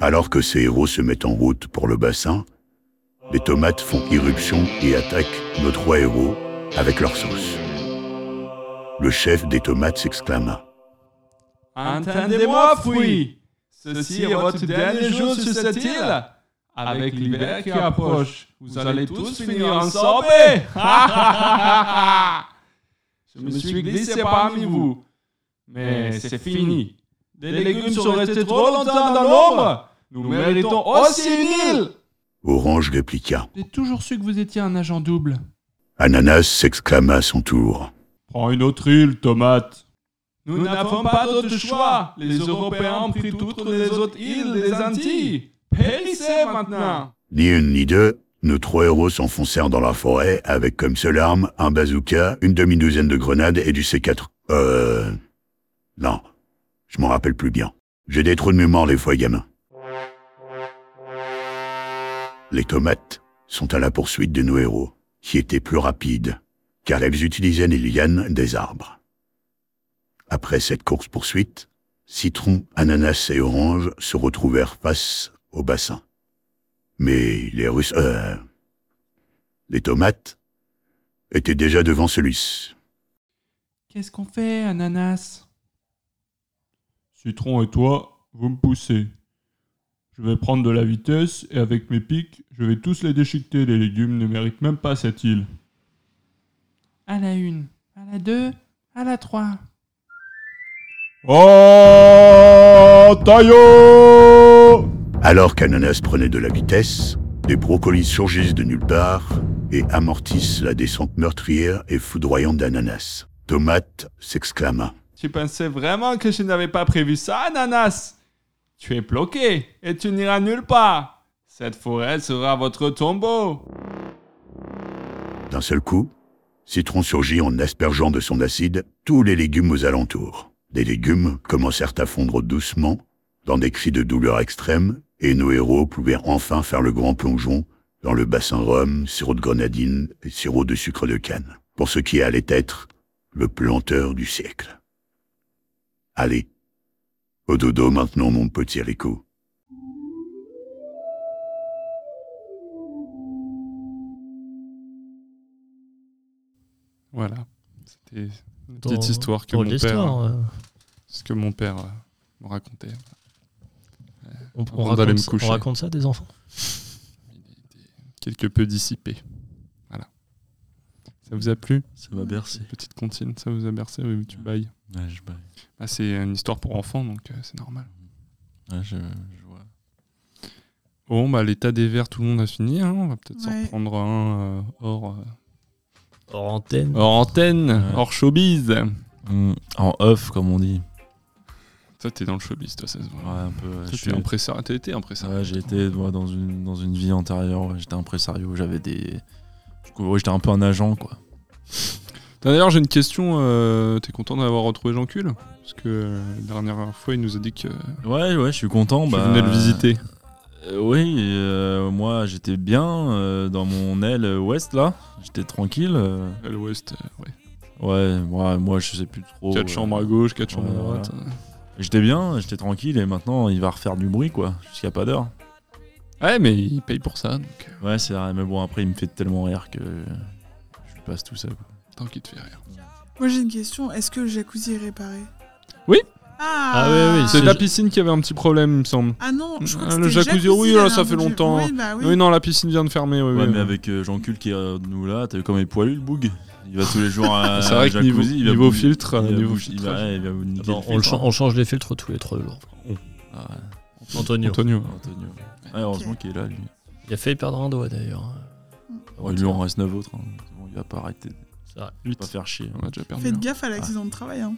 Alors que ces héros se mettent en route pour le bassin, les tomates font irruption et attaquent nos trois héros avec leur sauce. Le chef des tomates s'exclama.
Entendez-moi, fruits Ceci est votre dernier jour sur cette île. Avec l'hiver qui approche, vous allez tous finir ensemble. *laughs* Je me suis glissé parmi vous. Mais c'est fini. Les légumes sont restés trop longtemps dans l'ombre. Nous, méritons aussi une île
Orange répliqua.
J'ai toujours su que vous étiez un agent double.
Ananas s'exclama à son tour.
Prends une autre île, tomate.
Nous n'avons pas d'autre choix. Les Européens ont pris toutes les autres îles des Antilles. Périssez maintenant
Ni une ni deux, nos trois héros s'enfoncèrent dans la forêt avec comme seule arme un bazooka, une demi-douzaine de grenades et du C4. Euh... Non, je m'en rappelle plus bien. J'ai des trous de mémoire les fois gamin. Les tomates sont à la poursuite de nos héros, qui étaient plus rapides, car elles utilisaient les lianes des arbres. Après cette course-poursuite, citron, ananas et orange se retrouvèrent face au bassin. Mais les Russes... euh, les tomates étaient déjà devant celui-ci.
Qu'est-ce qu'on fait, Ananas
Citron et toi, vous me poussez. Je vais prendre de la vitesse et avec mes pics, je vais tous les déchiqueter. Les légumes ne méritent même pas cette île.
À la une, à la deux, à la trois.
Oh, taillot
Alors qu'Ananas prenait de la vitesse, des brocolis surgissent de nulle part et amortissent la descente meurtrière et foudroyante d'Ananas. Tomate s'exclama.
Tu pensais vraiment que je n'avais pas prévu ça, Ananas Tu es bloqué et tu n'iras nulle part. Cette forêt sera votre tombeau.
D'un seul coup, Citron surgit en aspergeant de son acide tous les légumes aux alentours. Des légumes commencèrent à fondre doucement, dans des cris de douleur extrême, et nos héros pouvaient enfin faire le grand plongeon dans le bassin rhum, sirop de grenadine et sirop de sucre de canne, pour ce qui allait être le planteur du siècle. Allez, au dodo maintenant mon petit Rico.
Voilà. C'était une
Dans-
petite histoire que
Pour
mon père,
hein.
l'histoire, euh,
ce que mon père euh, me racontait.
on, on
Avant d'aller
raconte,
me
ça-
coucher.
on raconte ça à des enfants.
Quelque peu dissipé. Voilà. Ça vous a plu
Ça m'a bercé.
Petite comptine, ça vous a bercé Oui, tu bailles.
Ouais, je, baille.
Bah, c'est une histoire pour enfants, donc euh, c'est normal.
Ouais, Ah, je, je vois.
Bon, bah, l'état des verres, tout le monde a fini. hein. On va peut-être s'en
Ouais.
prendre un euh, hors, euh,
Hors antenne.
hors antenne,
Ouais.
hors showbiz.
Hmm, en off, comme on dit.
Toi, t'es dans le showbiz, toi, ça se voit.
Ouais, un peu. ouais,
Toi,
je
t'es
suis-
impresseur- t'as été impresseur.
Ouais, j'ai été moi, dans, une, dans une vie antérieure, ouais, j'étais impresario, j'avais des. Du coup, ouais, j'étais un peu un agent, quoi.
D'ailleurs, j'ai une question. euh, T'es content d'avoir retrouvé jean cul Parce que euh, la dernière fois, il nous a dit que
Ouais, ouais, je suis content.
tu
bah,
venais le visiter.
Euh, oui, euh, moi j'étais bien euh, dans mon aile ouest là, j'étais tranquille. euh,
À l'ouest, euh, ouais.
ouais, moi, moi je sais plus trop.
4
euh,
chambres à gauche, 4 chambres à
ouais,
droite.
J'étais bien, j'étais tranquille et maintenant il va refaire du bruit quoi, jusqu'à pas d'heure.
Ouais, mais il paye pour ça, donc euh,
Ouais, c'est vrai, mais bon après il me fait tellement rire que je lui passe tout ça. quoi.
tant qu'il te fait rire.
Moi j'ai une question, est-ce que le jacuzzi est réparé
Oui.
Ah,
Ah oui, oui,
C'est
C'est-
la piscine qui avait un petit problème, il me semble.
Ah non, je crois que
Ah, le
c'était
jacuzzi, oui, là,
la
ça fait
dernière
longtemps.
fois. Oui, bah oui.
Oui, non, la piscine vient de fermer. oui,
Ouais,
oui.
mais avec euh, Jean Cul qui est euh, nous là, t'as vu comme il est poilu le boug. Il va tous les jours à
*laughs* C'est vrai que
jacuzzi,
niveau,
il va
niveau
bouger-
filtre,
il
euh,
va
niveau
bouger- il va-
filtrage,
ouais, il va vous niquer
Attends,
le
on, le
filtre,
hein.
chan- on change les filtres tous les trois jours.
hein. Ah, ouais,
Antonio.
Antonio. hein.
Antonio. Ouais, heureusement qu'il est là lui.
Il a failli perdre un doigt d'ailleurs.
Ouais, lui en reste 9 autres, hein. Bon, il va pas arrêter.
C'est vrai.
pas faire chier. hein.
On a déjà perdu.
Faites gaffe à l'accident de travail. Hein.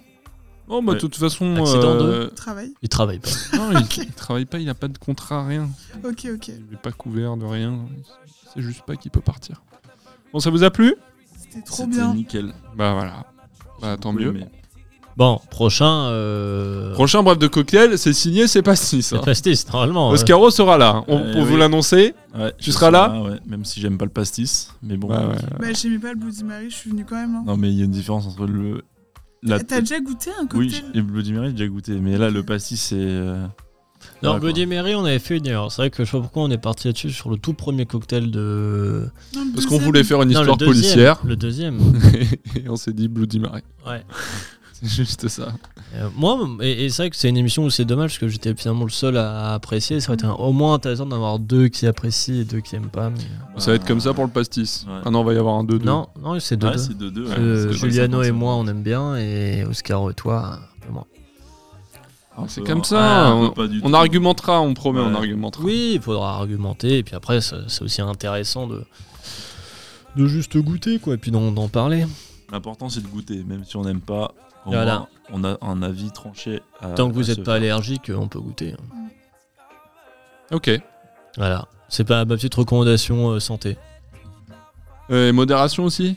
Oh, bah, de
Ouais.
toute façon.
Accident de-
euh,
Travail.
Il travaille pas.
*laughs* Non, il, il travaille pas, il a pas de contrat, rien.
Ok, ok.
Il n'est pas couvert de rien. C'est juste pas qu'il peut partir. Bon, ça vous a plu
C'était trop
C'était
bien.
nickel.
Bah voilà. Bah tant mieux.
Mais
*laughs* Bon, prochain. Euh...
Prochain bref de cocktail, c'est signé, c'est pas si ça.
c'est pastis, normalement. euh. ouais.
Oscaro sera là, hein. on,
Eh
pour vous
oui.
l'annoncer.
Ouais,
Tu
je
seras là
ouais, Même si j'aime pas le pastis, mais bon.
Bah, ouais.
Bah, j'aimais pas le Bloody Mary, je suis venue quand même. hein. Eh,
Non, mais il y a une différence entre le. La
T'as déjà goûté un
Oui,
cocktail
j'ai- et Bloody Mary, j'ai déjà goûté. Mais là, le pastis, c'est. euh,
Non,
Ouais,
Bloody Mary, on avait fait une erreur. C'est vrai que je sais pas pourquoi on est parti là-dessus sur le tout premier cocktail de.
Non, le
Parce qu'on
deuxième.
voulait faire une
Non,
histoire
le deuxième,
policière *laughs*
Le deuxième.
et on s'est dit Bloody Mary.
ouais.
*laughs* C'est juste ça.
Euh, moi, et, et c'est vrai que c'est une émission où c'est dommage parce que j'étais finalement le seul à, apprécier. Ça aurait été un- au moins intéressant d'en avoir deux qui apprécient et deux qui aiment pas. mais- euh,
Ça va être comme ça pour le pastis.
Ouais.
Ah non, va y avoir un 2-2.
Non, non, c'est deux.
Ouais,
deux.
c'est de deux. ouais.
Euh,
C'est
Juliano et
vrai, c'est
moi,
vrai.
on aime bien et Oscaro et toi, un peu moins.
Un
Ah, C'est
peu,
comme
hein.
ça,
Ah, un peu pas du
On
tout.
argumentera, on promet, on
Ouais.
argumentera.
Oui, il faudra argumenter. Et puis après, ça- c'est aussi intéressant de, de juste goûter, quoi. Et puis d'en d'en parler.
L'important, c'est de goûter, même si on n'aime pas. au
Voilà.
moins, On a un avis tranché.
Ah,
À,
Tant que
bah,
vous
à
n'êtes
ce
pas
faire.
allergique, on peut goûter. hein.
Ok.
Voilà. C'est pas ma petite recommandation euh, santé.
Euh, et modération aussi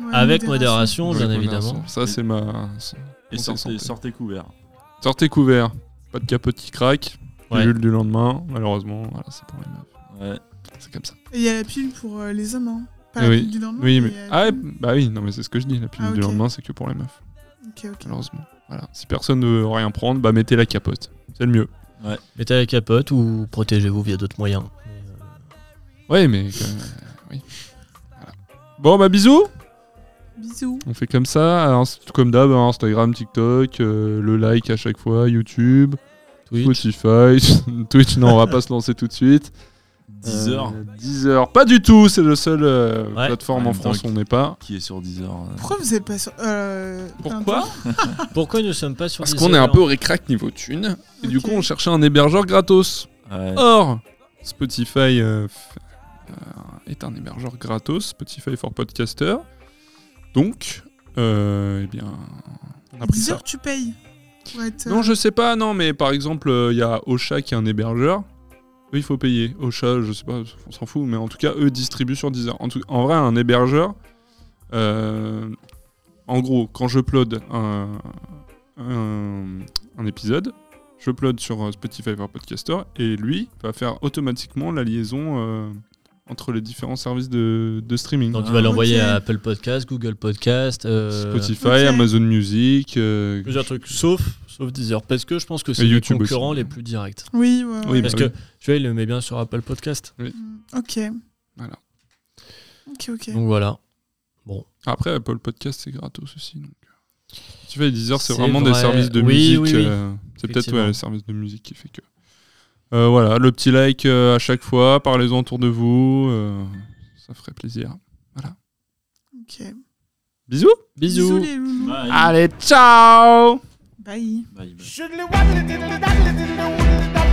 Ouais,
Avec modération,
Oui,
bien
modération.
évidemment.
Ça, c'est ma.
Et
Santé,
sortez,
santé.
sortez couvert.
Sortez couvert. Pas de petit crack.
Ouais.
Pilule du lendemain. Malheureusement, voilà, c'est pour les meufs.
Euh,
Ouais.
C'est comme ça.
Et il y a la pile pour euh, les hommes, hein. Pas
Eh
la
oui.
pile du lendemain.
Oui, mais.
il y a la
Ah, ouais,
pile.
bah oui, non, mais c'est ce que je dis. La pilule
Ah,
du
ok.
lendemain, c'est que pour les meufs.
Ok, euh, ok.
Malheureusement. Voilà. Si personne ne veut rien prendre, bah mettez la capote. C'est le mieux.
Mettez la capote ou protégez-vous via d'autres moyens.
Ouais, mais. quand même, euh, oui. Voilà. Bon, bah bisous
Bisous.
On fait comme ça, alors, c'est tout comme d'hab, hein, Instagram, TikTok, euh, le like à chaque fois, YouTube,
Twitch.
Spotify, *laughs* Twitch, non, on va pas se lancer tout de
*laughs*
suite.
10 heures.
Euh, Deezer, pas du tout, c'est le seul euh,
Ouais.
plateforme
En
en
même temps
France,
qu'il-
on n'est pas.
Qui est sur 10 heures euh,
Pourquoi vous êtes pas sur. euh,
Pourquoi
Pourquoi nous ne sommes pas
Ah.
sur
Parce
des
qu'on est un
serveurs
peu au récrac niveau thune, et du
Ok.
coup on cherchait un hébergeur gratos.
ouais.
Oh.
Or, Spotify euh, f- euh, est un hébergeur gratos, Spotify for Podcaster. Donc, euh, eh bien, on a pris
10
ça.
heures, tu payes. pour être, euh,
Non, je sais pas, non, mais par exemple, il y a Ocha qui est un hébergeur. Eux, il faut payer. Ocha, je sais pas, on s'en fout, mais en tout cas, eux distribuent sur Deezer. En, tout- en vrai, un hébergeur, euh, en gros, quand je upload un, un, un épisode, je upload sur euh, Spotify par Podcaster et lui va faire automatiquement la liaison euh, entre les différents services de, de streaming.
Donc tu vas l'envoyer
Ah, Ok.
à Apple Podcast, Google Podcast, euh,
Spotify,
ok.
Amazon Music. euh,
plusieurs trucs, sauf, sauf Deezer, parce que je pense que c'est
Et
les
YouTube aussi.
concurrents les plus directs.
Oui, ouais, ouais.
Oui,
parce
bah
que tu vois, il le met bien sur Apple Podcast.
Mm, Ok.
Voilà.
Ok, ok.
Donc voilà.
Après, Apple Podcast, c'est gratos aussi. Donc. euh. Tu fais Deezer, c'est
C'est
vraiment des
vrai.
services de
Oui,
musique.
oui, oui.
euh, c'est peut-être
Effectivement.
ouais, les services de musique qui fait que. Euh, voilà, le petit like euh, à chaque fois, parlez-en autour de vous, euh, ça ferait plaisir.
ok.
Bisous
Bisous.
Bisous les loulous.
Bye.
Ah.
Allez, ciao
Bye.
Bye, bye.
Should we waddle it, diddle, daddle it, diddle, waddle it, daddle